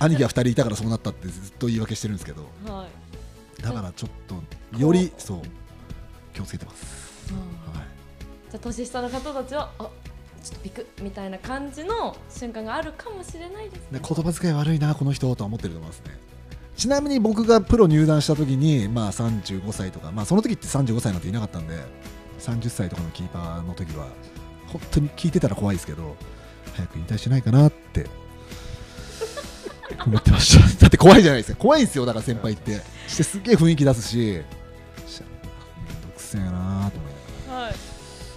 Speaker 2: 兄貴が2人いたからそうなったってずっと言い訳してるんですけど
Speaker 3: はい
Speaker 2: だからちょっとよりそう気をつけてます、
Speaker 3: うん
Speaker 2: はい、
Speaker 3: じゃあ年下の方たちはあちょっとビクみたいな感じの瞬間があるかもしれないです
Speaker 2: で
Speaker 3: ね
Speaker 2: 言葉遣い悪いなこの人とは思ってると思いますねちなみに僕がプロ入団した時に、まあ、35歳とか、まあ、その時って35歳なんていなかったんで30歳とかのキーパーの時は本当に聞いてたら怖いですけど早く引退しないかなって思ってました [LAUGHS] だって怖いじゃないですか怖いんですよだから先輩ってしてすっげえ雰囲気出すししめんどくせえなと思いながら
Speaker 3: はい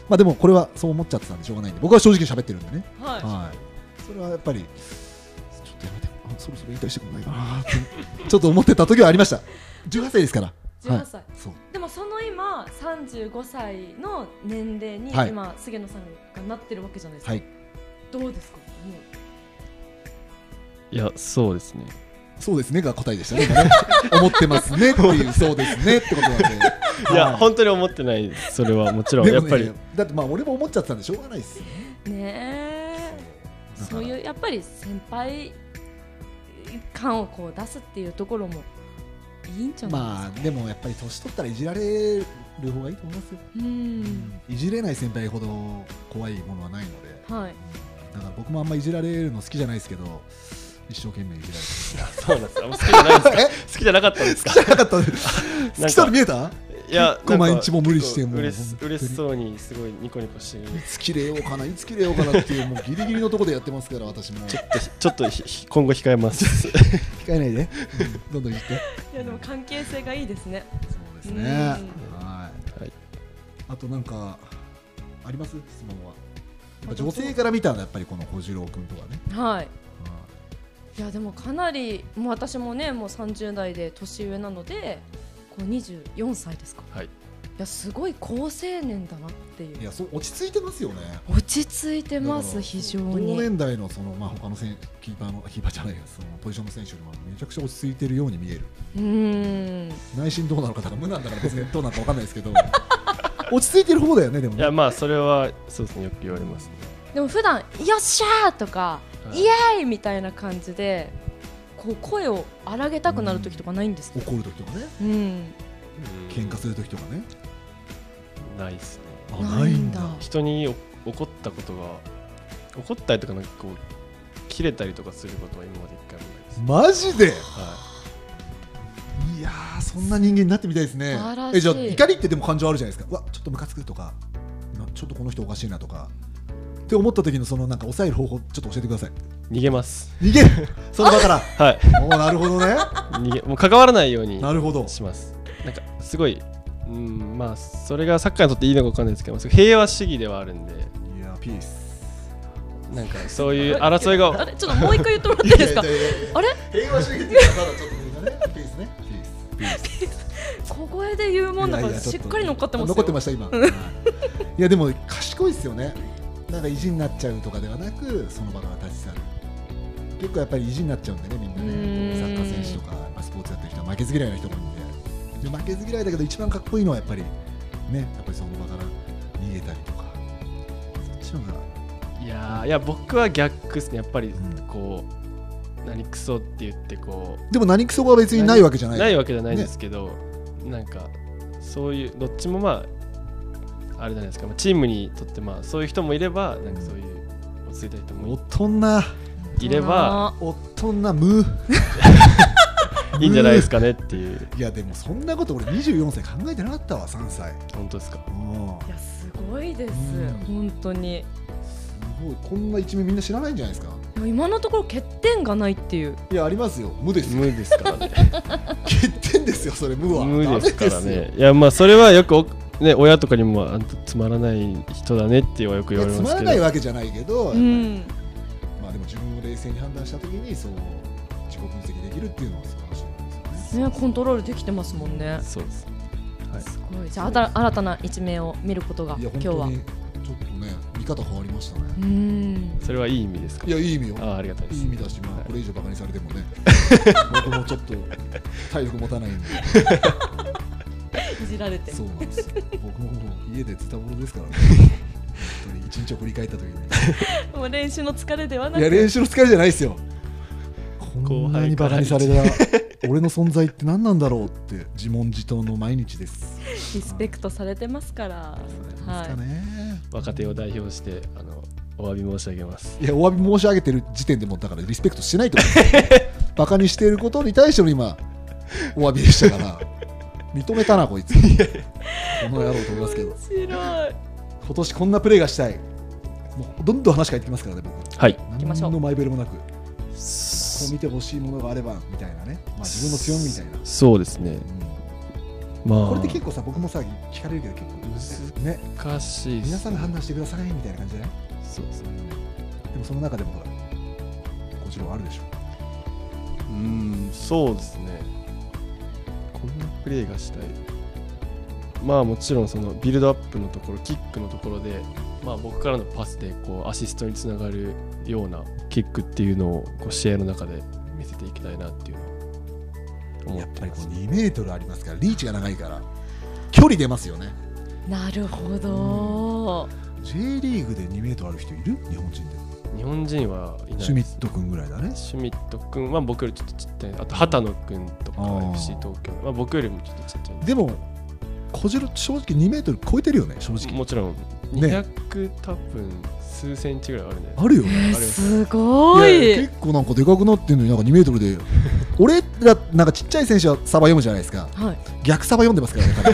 Speaker 2: まあでもこれはそう思っちゃってたんでしょうがないんで僕は正直に喋ってるんでね
Speaker 3: はい
Speaker 2: はい、それはやっぱりちょっとやめてそろそろ引退してくんないかな [LAUGHS] ってちょっと思ってた時はありました18歳ですから
Speaker 3: 18歳、
Speaker 2: い、そう
Speaker 3: でもその今35歳の年齢に
Speaker 2: はい
Speaker 3: 今、菅野さんがなってるわけじゃないですか、
Speaker 2: はい
Speaker 3: どうですかも
Speaker 4: いやそうですね
Speaker 2: そうですねが答えでしたね今ね [LAUGHS] 思ってますねっていうそうですねってことなんで
Speaker 4: いや、
Speaker 2: はい
Speaker 4: 本当に思ってないですそれはもちろん、やっぱり
Speaker 2: だってまあ俺も思っちゃってたんでしょうがないですよね
Speaker 3: うねえそ
Speaker 2: う
Speaker 3: ういうやっぱり先輩感をこう出すっていうところもいいんじゃないですか、
Speaker 2: まあでもやっぱり年取ったらいじられる方がいいと思いますよ、
Speaker 3: うん
Speaker 2: いじれない先輩ほど怖いものはないので、
Speaker 3: はい
Speaker 2: だから僕もあんまいじられるの好きじゃないですけど一生懸命いじ
Speaker 4: そうなんですあもう好きじゃないん
Speaker 2: ら
Speaker 4: ですか [LAUGHS]
Speaker 2: れる
Speaker 4: 好きじゃなかったんですか
Speaker 2: え [LAUGHS] なかった好きそうに見えた
Speaker 4: いや
Speaker 2: 結構毎日も無理して
Speaker 4: なんか
Speaker 2: もう
Speaker 4: 嬉し
Speaker 2: 本当に
Speaker 4: 嬉しそうにすごいニコニコしてる
Speaker 2: いつ切れようかないつ切れようかなっていうもうギリギリのところでやってますから私も
Speaker 4: ちょっとちょっとひひ今後控えます
Speaker 2: 控えないで、うんどんどん言って
Speaker 3: いやでも関係性がいいですね
Speaker 2: そうですね
Speaker 3: うん
Speaker 2: はい、
Speaker 4: はい
Speaker 2: あとなんかあります質問はやっぱ女性から見たらやっぱりこの小次郎君とかね、
Speaker 3: はい
Speaker 2: うん
Speaker 3: いやでもかなりもう私もねもう30代で年上なのでこう24歳ですか
Speaker 4: はい
Speaker 3: いやすごい好青年だなってい
Speaker 2: いうやそう落ち着いてますよね
Speaker 3: 落ち着いてま
Speaker 2: だか
Speaker 3: す
Speaker 2: ら
Speaker 3: 非常
Speaker 2: 同
Speaker 3: に
Speaker 2: 年代のその、まあ、他の選キーパーのキーパーじゃないやそのポジションの選手にもめちゃくちゃ落ち着いてるように見える
Speaker 3: うーん
Speaker 2: 内心どうなのかだから無なんだから別にどうなのか分かんないです
Speaker 3: [LAUGHS]
Speaker 2: けど落ち着いてる方だよねでも
Speaker 4: い
Speaker 2: ね
Speaker 4: やまあそれはそうですねよく言われますね、
Speaker 3: でも普段よっしゃー!」とか「
Speaker 4: はい
Speaker 3: イエーイ!」みたいな感じでこう声を荒げたくなる時とかないんですか
Speaker 2: 怒る時とかね
Speaker 3: うん
Speaker 4: うん
Speaker 2: 喧嘩する時とかね
Speaker 4: ないっすね
Speaker 2: あ
Speaker 3: ないんだ
Speaker 4: 人にお怒ったことが怒ったりとかなんかこう切れたりとかすることは今まで一回もないです、
Speaker 2: マジで
Speaker 4: はい
Speaker 2: やーそんな人間になってみたいですね
Speaker 3: 素晴らしい
Speaker 2: えじゃあ怒りってでも感情あるじゃないですかうわちょっとムカつくとかなちょっとこの人おかしいなとかって思った時のそのなんか抑える方法ちょっと教えてください
Speaker 4: い、逃げます
Speaker 2: 逃げる
Speaker 3: [LAUGHS]
Speaker 2: その場から
Speaker 4: はい
Speaker 2: おーなるほどね
Speaker 4: 逃げもう関わらないように
Speaker 2: なるほど
Speaker 4: しますなんかすごいうんまあそれがサッカーにとっていいのか分かんないですけどすごい平和主義ではあるんで
Speaker 2: いやピース
Speaker 4: なんかそういう
Speaker 3: [LAUGHS]
Speaker 4: 争いが
Speaker 3: あれちょっともう一回言ってもらっていいですか
Speaker 2: いやいやいやいや
Speaker 3: あれ
Speaker 2: 平和主義っていうのはまだちょっとねピースねピース
Speaker 3: 小声で言うもんだからしっかり乗っかってますよ
Speaker 2: 残ってました今いやでも賢いですよねなんか意地になっちゃうとかではなくその場から立ち去る結構やっぱり意地になっちゃうんでねみんな
Speaker 3: う
Speaker 2: ね
Speaker 3: ーん
Speaker 2: サッカー選手とかやっぱスポーツやってる人は負けず嫌いな人が多いんでで負けず嫌いだけど一番かっこいいのはやっぱりねやっぱりその場から逃げたりとかそっちの方が、
Speaker 4: いやーいや僕は逆ですねやっぱり
Speaker 2: うん
Speaker 4: こう何クソって言ってこう
Speaker 2: でも何クソが別にないわけじゃない
Speaker 4: ないわけじゃないんですけど、なんかそういうどっちもまああれじゃないですか、まあ、チームにとってまあそういう人もいればなんかそういう落ち着いた人
Speaker 2: 大
Speaker 4: も
Speaker 2: 人
Speaker 4: いれば
Speaker 2: 大人無
Speaker 4: いいんじゃないですかねっていう
Speaker 2: いやでもそんなこと俺24歳考えてなかったわ3歳
Speaker 4: 本当ですか
Speaker 2: うん
Speaker 3: いやすごいです
Speaker 2: う
Speaker 3: 本当に
Speaker 2: すごいこんな一面みんな知らないんじゃないですか
Speaker 3: もう今のところ欠点がないっていう
Speaker 2: いやありますよ無ですよ
Speaker 4: 無ですからね
Speaker 2: 欠点ですよそれ無は
Speaker 4: 無ですから
Speaker 2: ダメです
Speaker 4: ねいやまあそれはよくおね親とかにもあんたつまらない人だねってはよく
Speaker 2: よ
Speaker 4: 言
Speaker 2: い
Speaker 4: われ
Speaker 2: や
Speaker 4: ま
Speaker 2: つま
Speaker 4: すけど
Speaker 2: らないわけじゃないけど、
Speaker 3: うん
Speaker 2: まあでも自分を冷静に判断したときにそう自己分析できるっていうのは素晴らしいですよね
Speaker 3: ねコントロールできてますもんね
Speaker 4: そうですはい
Speaker 3: すごいじゃああた新たな一面を見ることが
Speaker 2: いや
Speaker 3: 今
Speaker 2: 本
Speaker 3: 日は
Speaker 2: 当にちょっとね見方変わりましたね
Speaker 3: うん
Speaker 4: それはいい意味ですか
Speaker 2: いやいい意味よ
Speaker 4: ああありがたいで
Speaker 2: いい
Speaker 4: す
Speaker 2: 意味だし、ま
Speaker 4: は
Speaker 2: あ、
Speaker 4: い
Speaker 2: これ以上バカにされて [LAUGHS] もね僕もちょっと体力持たないん [LAUGHS] で
Speaker 3: いじられて
Speaker 2: そうなんですよ僕ももう家でズタボロです [LAUGHS] からね本当に一日を振り返ったときに
Speaker 3: もう練習の疲れではい
Speaker 2: や練習の疲れじゃないですよこんなにバカにされた俺の存在って何なんだろうって自問自答の毎日です
Speaker 3: リスペクトされてますから
Speaker 2: ですかね、
Speaker 4: 若手を代表してあのお詫び申し上げます
Speaker 2: い、やお詫び申し上げてる時点でもうだからリスペクトしてないと思う [LAUGHS] バカにしていることに対しての今お詫びでしたから認めたなこいつこの野郎と思いますけど
Speaker 3: 白い
Speaker 2: 今年こんなプレーがしたいもうどんどん話変えてきますからね僕
Speaker 4: はい
Speaker 3: きましょう
Speaker 2: 何の前触れもなくこう見てほしいものがあればみたいなね、まあ、自分の強みみたいな、
Speaker 4: そうですね
Speaker 2: うん
Speaker 4: まあ
Speaker 2: これって結構さ僕もさ聞かれるけど結構ね
Speaker 4: 難しいっす
Speaker 2: 皆さんが判断してくださいみたいな感じじゃない
Speaker 4: そうですね
Speaker 2: でもその中でもほらこちらはあるでしょ
Speaker 4: そうですねこんなプレーがしたいまあもちろんそのビルドアップのところキックのところで、まあ、僕からのパスでこうアシストにつながるようなキックっていうのをこう試合の中で見せていきたいなっていうのを思
Speaker 2: や
Speaker 4: っ
Speaker 2: ってぱり
Speaker 4: ま
Speaker 2: こう
Speaker 4: す
Speaker 2: 2メートルありますからリーチが長いから距離出ますよね
Speaker 3: なるほど
Speaker 2: J リーグで2メートルある人いる日本人で
Speaker 4: 日本人はいない
Speaker 2: シュミット君ぐらいだね
Speaker 4: シュミット君は僕よりちょっとちっちゃいあと畑野君とか
Speaker 2: あー
Speaker 4: FC 東京、まあ、僕よりもちょっとちっちゃい
Speaker 2: でも小次郎正直2メートル超えてるよね正直
Speaker 4: もちろん
Speaker 2: ね
Speaker 4: 200多分数センチぐらいあるね
Speaker 2: あるよ
Speaker 3: え
Speaker 2: ね
Speaker 3: ー
Speaker 4: あります
Speaker 3: ご
Speaker 2: いや
Speaker 3: い
Speaker 2: 結構なんかでかくなってんのになんか2メートルで俺らなんかちっちゃい選手はサバ読むじゃないですか
Speaker 3: はい
Speaker 2: 逆サバ読んでますからね彼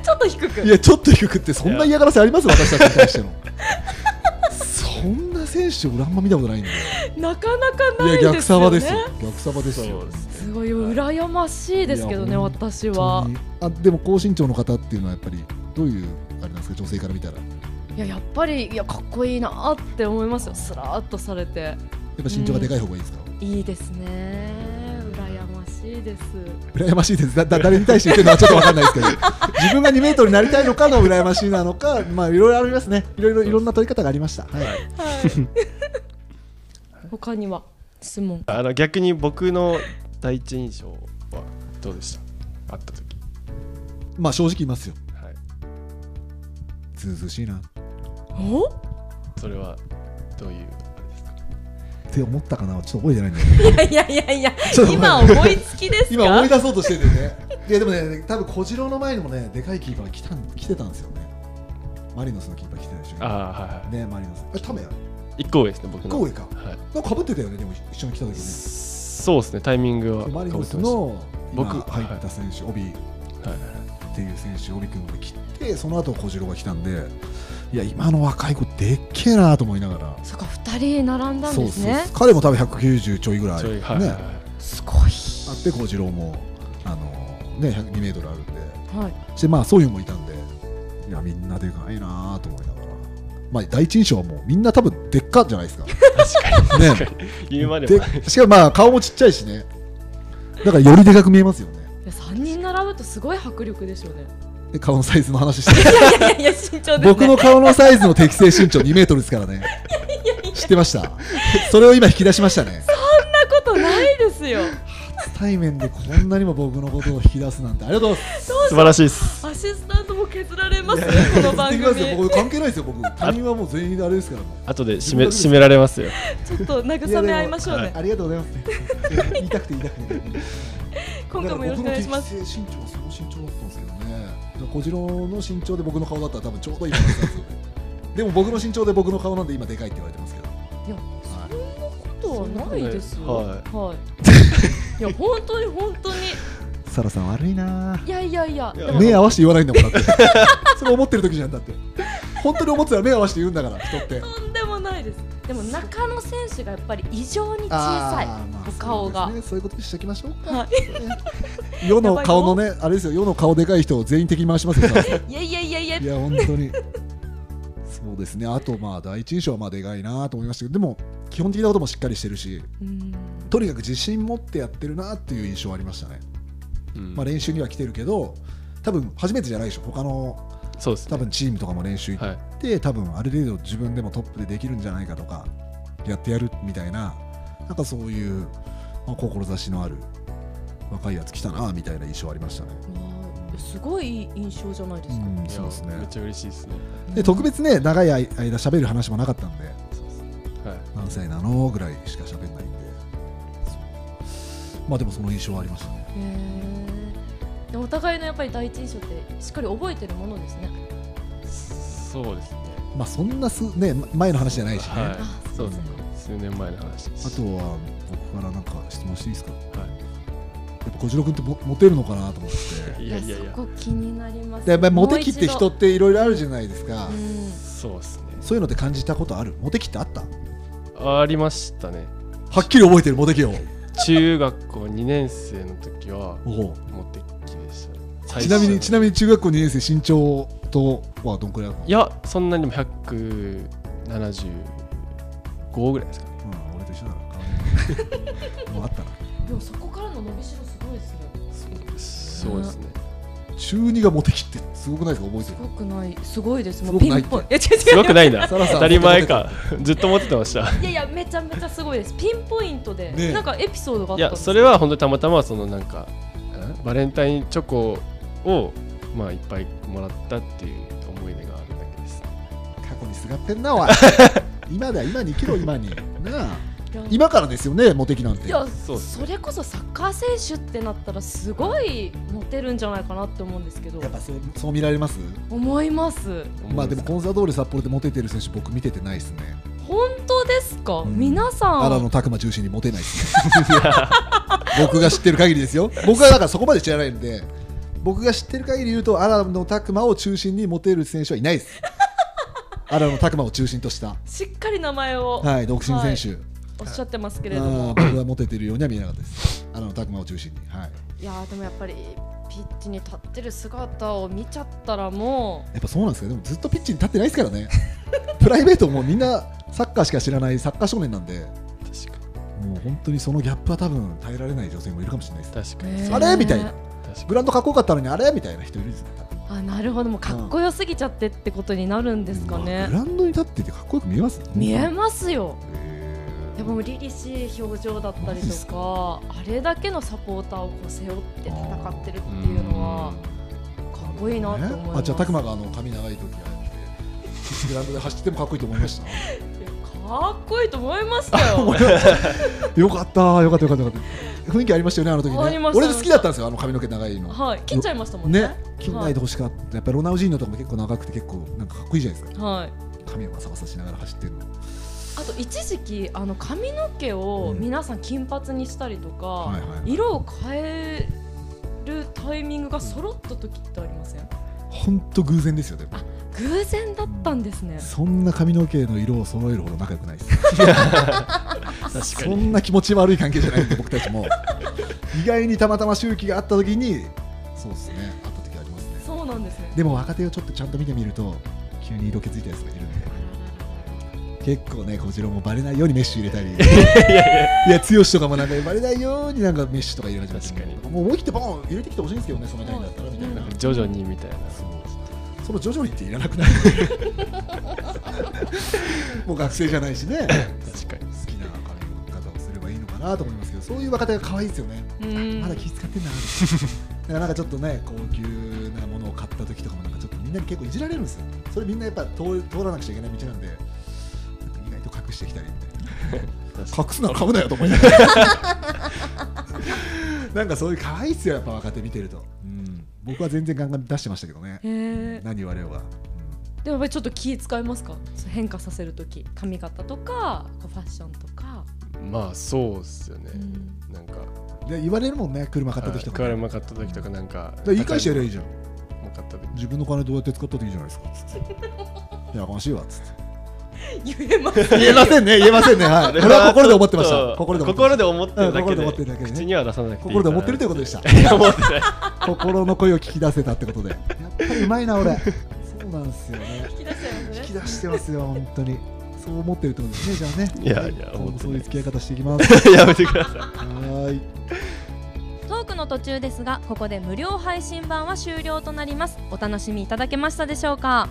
Speaker 3: ちょっと低く
Speaker 2: [LAUGHS] いやちょっと低くってそんな嫌がらせあります私たちに対してのそんな選手俺あんま見たことないんで
Speaker 3: なかなか
Speaker 2: い
Speaker 3: な
Speaker 2: や
Speaker 3: いです
Speaker 2: 逆サバ
Speaker 3: よね
Speaker 2: ですよ逆サバです
Speaker 4: そ
Speaker 2: よ
Speaker 4: うです
Speaker 3: すごい羨ましいですけど
Speaker 2: い
Speaker 3: ね
Speaker 2: や
Speaker 3: 私
Speaker 2: 本
Speaker 3: は
Speaker 2: 当にあでも高身長の方っていうのはやっぱりどういうあれなんですか女性から見たらや
Speaker 3: いややっぱりいやかっこいいなって思いますよスラーっとされて
Speaker 2: っぱ身長がでかい方がいいですか、
Speaker 3: いいですね羨ましいです
Speaker 2: 羨ましいですだだ誰に対して言ってるのはちょっとわかんないですけど自分が2メートルになりたいのかの羨ましいなのかまあいろいろありますねいろいろいろんな問い方がありましたはい [LAUGHS]
Speaker 3: 他には質問
Speaker 4: あの逆に僕の第一印象はどうでした会った時
Speaker 2: まあ正直言いますよ
Speaker 4: はい
Speaker 2: ずうずうしいなっ
Speaker 3: お
Speaker 4: それはどういうあれですか
Speaker 2: て思ったかなちょっと覚えてないんだけど
Speaker 3: いやいやいやいや
Speaker 2: ちょっと
Speaker 3: 今思いつきですか
Speaker 2: 今思い出そうとしててねいやでもね多分小次郎の前にもねでかいキーパーが来たん来てたんですよねマリノスのキーパー来てたでしょ
Speaker 4: ああはいは
Speaker 2: ねマリノスえタメや
Speaker 4: い一個上ですね僕の
Speaker 2: 一個上か
Speaker 4: はい
Speaker 2: なんか被ってたよねでも一緒に来た時ね
Speaker 4: そうですねタイミングは
Speaker 2: マリ
Speaker 4: 被
Speaker 2: ノ
Speaker 4: っ
Speaker 2: ス
Speaker 4: てまし
Speaker 2: の今
Speaker 4: 僕
Speaker 2: 入った選手、帯
Speaker 4: たはい
Speaker 2: っていう選手、帯君が来て、その後小次郎が来たんで、いや、今の若い子、でっけえなと思いながら、
Speaker 3: そっか二人並んだんですね
Speaker 2: 彼も多分190ちょいぐらい、
Speaker 4: ちょい
Speaker 2: ね
Speaker 4: はいはいはい
Speaker 3: すごい
Speaker 2: あって、小次郎も、あのね、102メートルあるんで、
Speaker 3: はい
Speaker 2: そして、まあ、そういうのもいたんで、いや、みんなでかいなと思いながら、まあ、第一印象はもう、みんな多分でっかじゃないですか。確かにね
Speaker 4: 言うまでもない
Speaker 2: でしかもまあ顔もちっちゃいしねだからよりでかく見えますよね
Speaker 3: いや三人並ぶとすごい迫力でしょうね。
Speaker 2: で顔のサイズの話して
Speaker 3: いやいやいや身長です
Speaker 2: 僕
Speaker 3: ね。
Speaker 2: の顔のサイズの適正身長2メートルですからね知ってましたそれを今引き出しましたね
Speaker 3: そんなことないで
Speaker 2: [LAUGHS]
Speaker 3: すよ。
Speaker 2: 初対面でこんなにも僕のことを引き出すなんてありがとうございます
Speaker 4: [LAUGHS] 素晴らしいです
Speaker 3: アシスタントも削られますよこの番組。
Speaker 2: 言ってきますよ
Speaker 3: ち
Speaker 2: 僕関係ないですよ僕他人はもう全員であれですからもう
Speaker 4: 後で締め締められますよ
Speaker 3: ょっと慰め合いましょう
Speaker 4: いや
Speaker 3: ね
Speaker 2: あ。りがとうございますね言いたくて言いたくて
Speaker 3: 今回もよろしくお願いします。
Speaker 2: だから僕の適正身長はその身長だったんですけどねだから小次郎の身長で僕の顔だったら多分ちょうどいいバランスなんですよねでも僕の身長で僕の顔なんで今でかいって言われてますけど
Speaker 3: いや
Speaker 2: はい
Speaker 3: そんなことはないですよ。
Speaker 4: はい
Speaker 2: [LAUGHS]
Speaker 3: はい。いや本当に本当に
Speaker 2: サラさん悪いない
Speaker 3: やいやいや。でも
Speaker 2: 目合わせて言わないんだもんだってそれ思ってる時じゃんだって本当に思ってたら目合わせて言うんだから人って
Speaker 3: とんでもないです。でも中野選手がやっぱり異常に小さい
Speaker 2: ーまあ
Speaker 3: お顔が
Speaker 2: そう,、。ね、そういうことにしときましょう
Speaker 3: は
Speaker 2: [LAUGHS] 世の顔のねあれですよ世の顔でかい人を全員的に回しますよ
Speaker 3: い。いやいやいやいや
Speaker 2: い。や本当にそうですねあとまあ第一印象はまあでかいなと思いましたけどでも基本的なこともしっかりしてるし
Speaker 3: うん
Speaker 2: とにかく自信持ってやってるなっていう印象はありましたね、
Speaker 4: うん
Speaker 2: まあ練習には来てるけど多分初めてじゃないでしょ他の
Speaker 4: そうですね
Speaker 2: 多分チームとかも練習行って
Speaker 4: はい
Speaker 2: って多分ある程度自分でもトップでできるんじゃないかとかやってやるみたいななんかそういう、まあ、志のある若いやつ来たなみたいな印象ありましたね。
Speaker 3: わあすごいいい印象じゃないですか。
Speaker 2: うん
Speaker 4: いや
Speaker 2: そうです
Speaker 4: めっ
Speaker 2: ね
Speaker 4: ちゃ嬉しいですね
Speaker 2: で特別ね長い間喋る話もなかったんで
Speaker 4: そうですねはい
Speaker 2: 何歳なのぐらいしか喋んないんでそうまあでもその印象はありましたね。
Speaker 3: へーでお互いのやっぱり第一印象ってしっかり覚えてるものですね。
Speaker 4: そうですね
Speaker 2: まあそんなす、ね、前の話じゃないしね、
Speaker 4: は
Speaker 3: あ
Speaker 4: いそうですね数年前の話です
Speaker 2: あとは僕からなんか質問していいですかや
Speaker 4: は
Speaker 2: っぱ小次郎君ってモモテるのかなと思
Speaker 4: [LAUGHS]
Speaker 2: って
Speaker 4: いいやいやいや
Speaker 3: そこ気になります。
Speaker 2: でやっぱりモテ期って人
Speaker 3: も
Speaker 2: っ
Speaker 3: う
Speaker 2: ていろいろあるじゃないですか、
Speaker 3: 一
Speaker 4: そうですね
Speaker 2: そういうのって感じたことあるモテ期ってあったは
Speaker 4: ありましたね
Speaker 2: っきり覚えてるモテ期を
Speaker 4: 中学校2年生の時は
Speaker 2: おう
Speaker 4: モテ期でしたね最初
Speaker 2: ちなみにちなみに中学校2年生身長とはどんくらいあるの
Speaker 4: いやそんなにでも175ぐらいですかね
Speaker 2: うん、俺と一緒だろ変わんない [LAUGHS] もうあったな
Speaker 3: でもそこ
Speaker 4: そうですね。
Speaker 2: 中二がモテ期ってすごくないですか覚えて
Speaker 3: す
Speaker 2: る
Speaker 3: ごくないすごいです
Speaker 2: す
Speaker 3: も
Speaker 2: ご
Speaker 3: う
Speaker 2: く
Speaker 3: ピ
Speaker 2: ないっ
Speaker 3: ン
Speaker 2: て
Speaker 3: ポイントいや違う違う
Speaker 4: すごくないんだ。
Speaker 2: サラさん
Speaker 4: 当たり前か。ずっと持っててました。
Speaker 3: いやいやめちゃめちゃすごいですピンポイントで、
Speaker 2: ねえ
Speaker 3: なんかエピソードがあっ
Speaker 4: い
Speaker 3: たん
Speaker 4: や
Speaker 3: です
Speaker 4: それは本当にたまたまそのなんかんバレンタインチョコをまあいっぱいもらったっていう思い出があるだけです。
Speaker 2: 過去にすがってんな
Speaker 3: [LAUGHS]
Speaker 2: おい今だ今に生きろ今になあ
Speaker 3: いや
Speaker 2: 今からですよねモテ期なんて
Speaker 3: いや
Speaker 4: そ
Speaker 3: そう
Speaker 4: ですね
Speaker 3: れこそサッカー選手ってなったらすごいモテるんじゃないかなって思うんですけど
Speaker 2: やっぱそうそう見られます
Speaker 3: 思います
Speaker 2: まあでもコンサドーレ札幌でモテてる選手僕見ててないですね
Speaker 3: 本当ですか、
Speaker 2: うん
Speaker 3: 皆さ
Speaker 2: 荒
Speaker 3: ん
Speaker 2: 野拓磨中心にモテないですね [LAUGHS] 僕が知ってる限りですよ僕はだからそこまで知らないんで僕が知ってる限り言うと荒野拓磨を中心にモテる選手はいないです
Speaker 3: [LAUGHS]
Speaker 2: 荒野拓磨を中心とした
Speaker 3: しっかり名前を
Speaker 2: はい独身選手、
Speaker 3: おっしゃってますけれども、
Speaker 2: あー僕はモテてるようには見えなかったです荒野拓磨を中心にはい
Speaker 3: い、やーでもやっぱりピッチに立ってる姿を見ちゃったらも
Speaker 2: やっぱそうなんですけどでもずっとピッチに立ってないですからね [LAUGHS] プライベートもみんなサッカーしか知らないサッカー少年なんで
Speaker 4: 確か
Speaker 2: もう本当にそのギャップは多分耐えられない女性もいるかもしれないです、
Speaker 4: に確か
Speaker 3: う、
Speaker 4: に、
Speaker 3: ねえ
Speaker 2: あれみたいな
Speaker 4: 確
Speaker 2: ブランドかっこよかったのにあれみたいな人いるんですよ
Speaker 3: あなるほどもうかっこよすぎちゃってってことになるんですか
Speaker 2: まあ
Speaker 3: ね
Speaker 2: ブ、ランドに立っててかっこよく見えます
Speaker 3: 見え
Speaker 2: ま
Speaker 3: ますよやっぱもう凛々しい表情だったり
Speaker 2: マジっ
Speaker 3: と
Speaker 2: す
Speaker 3: かあれだけのサポーターをこう背負って戦ってるっていうのはかっこいいなと思います、
Speaker 2: あじゃあ拓磨があの髪長い時ああやってグラウンドで走っててもかっこいいと思いました
Speaker 3: いやかっこいいと思いましたよ
Speaker 2: よかったよかったよかったよかった雰囲気ありましたよねあの時
Speaker 3: あり
Speaker 2: ね
Speaker 3: ました
Speaker 2: 俺好きだったんですよあの髪の毛長いの
Speaker 3: はい切っちゃいましたもんね
Speaker 2: ね切んないでほしかったやっぱりロナウジーニョとかも結構長くて結構なんかかっこいいじゃないですか
Speaker 3: はい
Speaker 2: 髪をガサガサしながら走ってるの
Speaker 3: あと一時期あの髪の毛を皆さん金髪にしたりとか、
Speaker 2: はいはいはい
Speaker 3: 色を変えるタイミングが揃った時ってありません
Speaker 2: ほんと偶然ですよでも
Speaker 3: 偶然だったんですね
Speaker 2: そんな髪の毛の色を揃えるほど仲良く [LAUGHS] ないです
Speaker 4: かに
Speaker 2: そんな気持ち悪い関係じゃないんで僕たち [LAUGHS] も意外にたまたま周期があった時にそうですねあった時ありますね
Speaker 3: そうなんですね
Speaker 2: でも若手をちょっとちゃんと見てみると急に色気づいたやつがいるんで結構ね小次郎もバレ [LAUGHS] ないようにメッシュ入れたりいや剛とかもなんかバレないようになんかメッシュとか入れ始めて
Speaker 4: 確かに
Speaker 2: もう思い切ってボーン入れてきてほしいんですけどね染めないんだったらみたいな、
Speaker 3: うん
Speaker 4: 徐々にみたいな
Speaker 2: そうその徐々にっていらな [LAUGHS] くないもう学生じゃないしね
Speaker 4: 確かに
Speaker 2: 好きな髪の方をすればいいのかなと思いますけどそういう若手が可愛いですよね、
Speaker 3: うん
Speaker 2: まだ気使ってんだな
Speaker 3: [LAUGHS]
Speaker 2: とだからなんかちょっとね高級なものを買った時とかもなんかちょっとみんなに結構いじられるんですよそれみんなやっぱ通通らなくちゃいけない道なんでなんか意外と隠してきたりみたいな
Speaker 4: 確か
Speaker 2: 隠すなら買うなよと思いながら [LAUGHS] なんかそういう可愛いっすよやっぱ若手見てると、うん、僕は全然ガンガン出してましたけどね
Speaker 3: へえ
Speaker 2: 何言われようが、
Speaker 3: でもやっぱりちょっと気使いますかそう変化させる時髪型とかこうファッションとか
Speaker 4: にまあそうっすよね、
Speaker 3: う
Speaker 4: なんか
Speaker 2: うんで言われるもんね車買った時とか,、
Speaker 4: はい
Speaker 2: ね、だか
Speaker 4: 車買った時とかなんから
Speaker 2: 言い返してやればいいじゃん
Speaker 4: 高いもの買った時
Speaker 2: 自分の金どうやって使ったっていいじゃないですかつっていや悲しいわっつって
Speaker 3: [LAUGHS] 言えます
Speaker 2: [LAUGHS] 言えませんね言えませんねはいこれは心で思ってました
Speaker 4: 心
Speaker 2: 心
Speaker 4: で
Speaker 2: で
Speaker 4: 思
Speaker 2: 思
Speaker 4: っ
Speaker 2: ってて
Speaker 4: 心
Speaker 2: まし
Speaker 4: で思ってる
Speaker 2: うん心で思ってる
Speaker 4: だけで
Speaker 2: だけでね
Speaker 4: 口には出さなくていい
Speaker 2: た心で思ってるというこ
Speaker 4: こ
Speaker 2: とでした
Speaker 4: といや [LAUGHS] 思ってない
Speaker 2: 心の声を聞き出せたってことでやっぱりうまいな俺そうなんですよね
Speaker 3: 引き出しちゃいます
Speaker 2: 引
Speaker 3: ね
Speaker 2: き出してますよ本当にそう思ってるってことですねじゃあね
Speaker 4: いやいや
Speaker 2: 今後
Speaker 4: 思ってない
Speaker 2: そういう付き合い方していきます [LAUGHS]
Speaker 4: やめてください
Speaker 2: はーい
Speaker 3: トークの途中ですがここで無料配信版は終了となりますお楽しみいただけましたでしょうか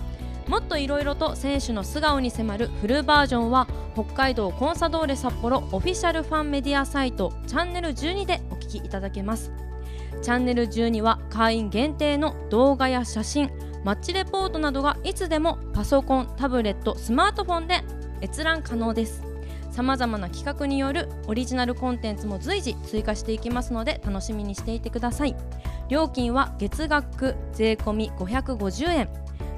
Speaker 3: もっといろいろと選手の素顔に迫るフルバージョンは北海道コンサドーレ札幌オフィシャルファンメディアサイトチャンネル12でお聞きいただけますチャンネル12は会員限定の動画や写真マッチレポートなどがいつでもパソコンタブレットスマートフォンで閲覧可能ですさまざまな企画によるオリジナルコンテンツも随時追加していきますので楽しみにしていてください料金は月額税込み550円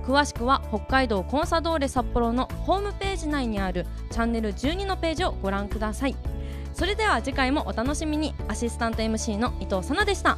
Speaker 3: 詳しくは北海道コンサドーレ札幌のホームページ内にあるチャンネル12のページをご覧くださいそれでは次回もお楽しみにアシスタント MC の伊藤さなでした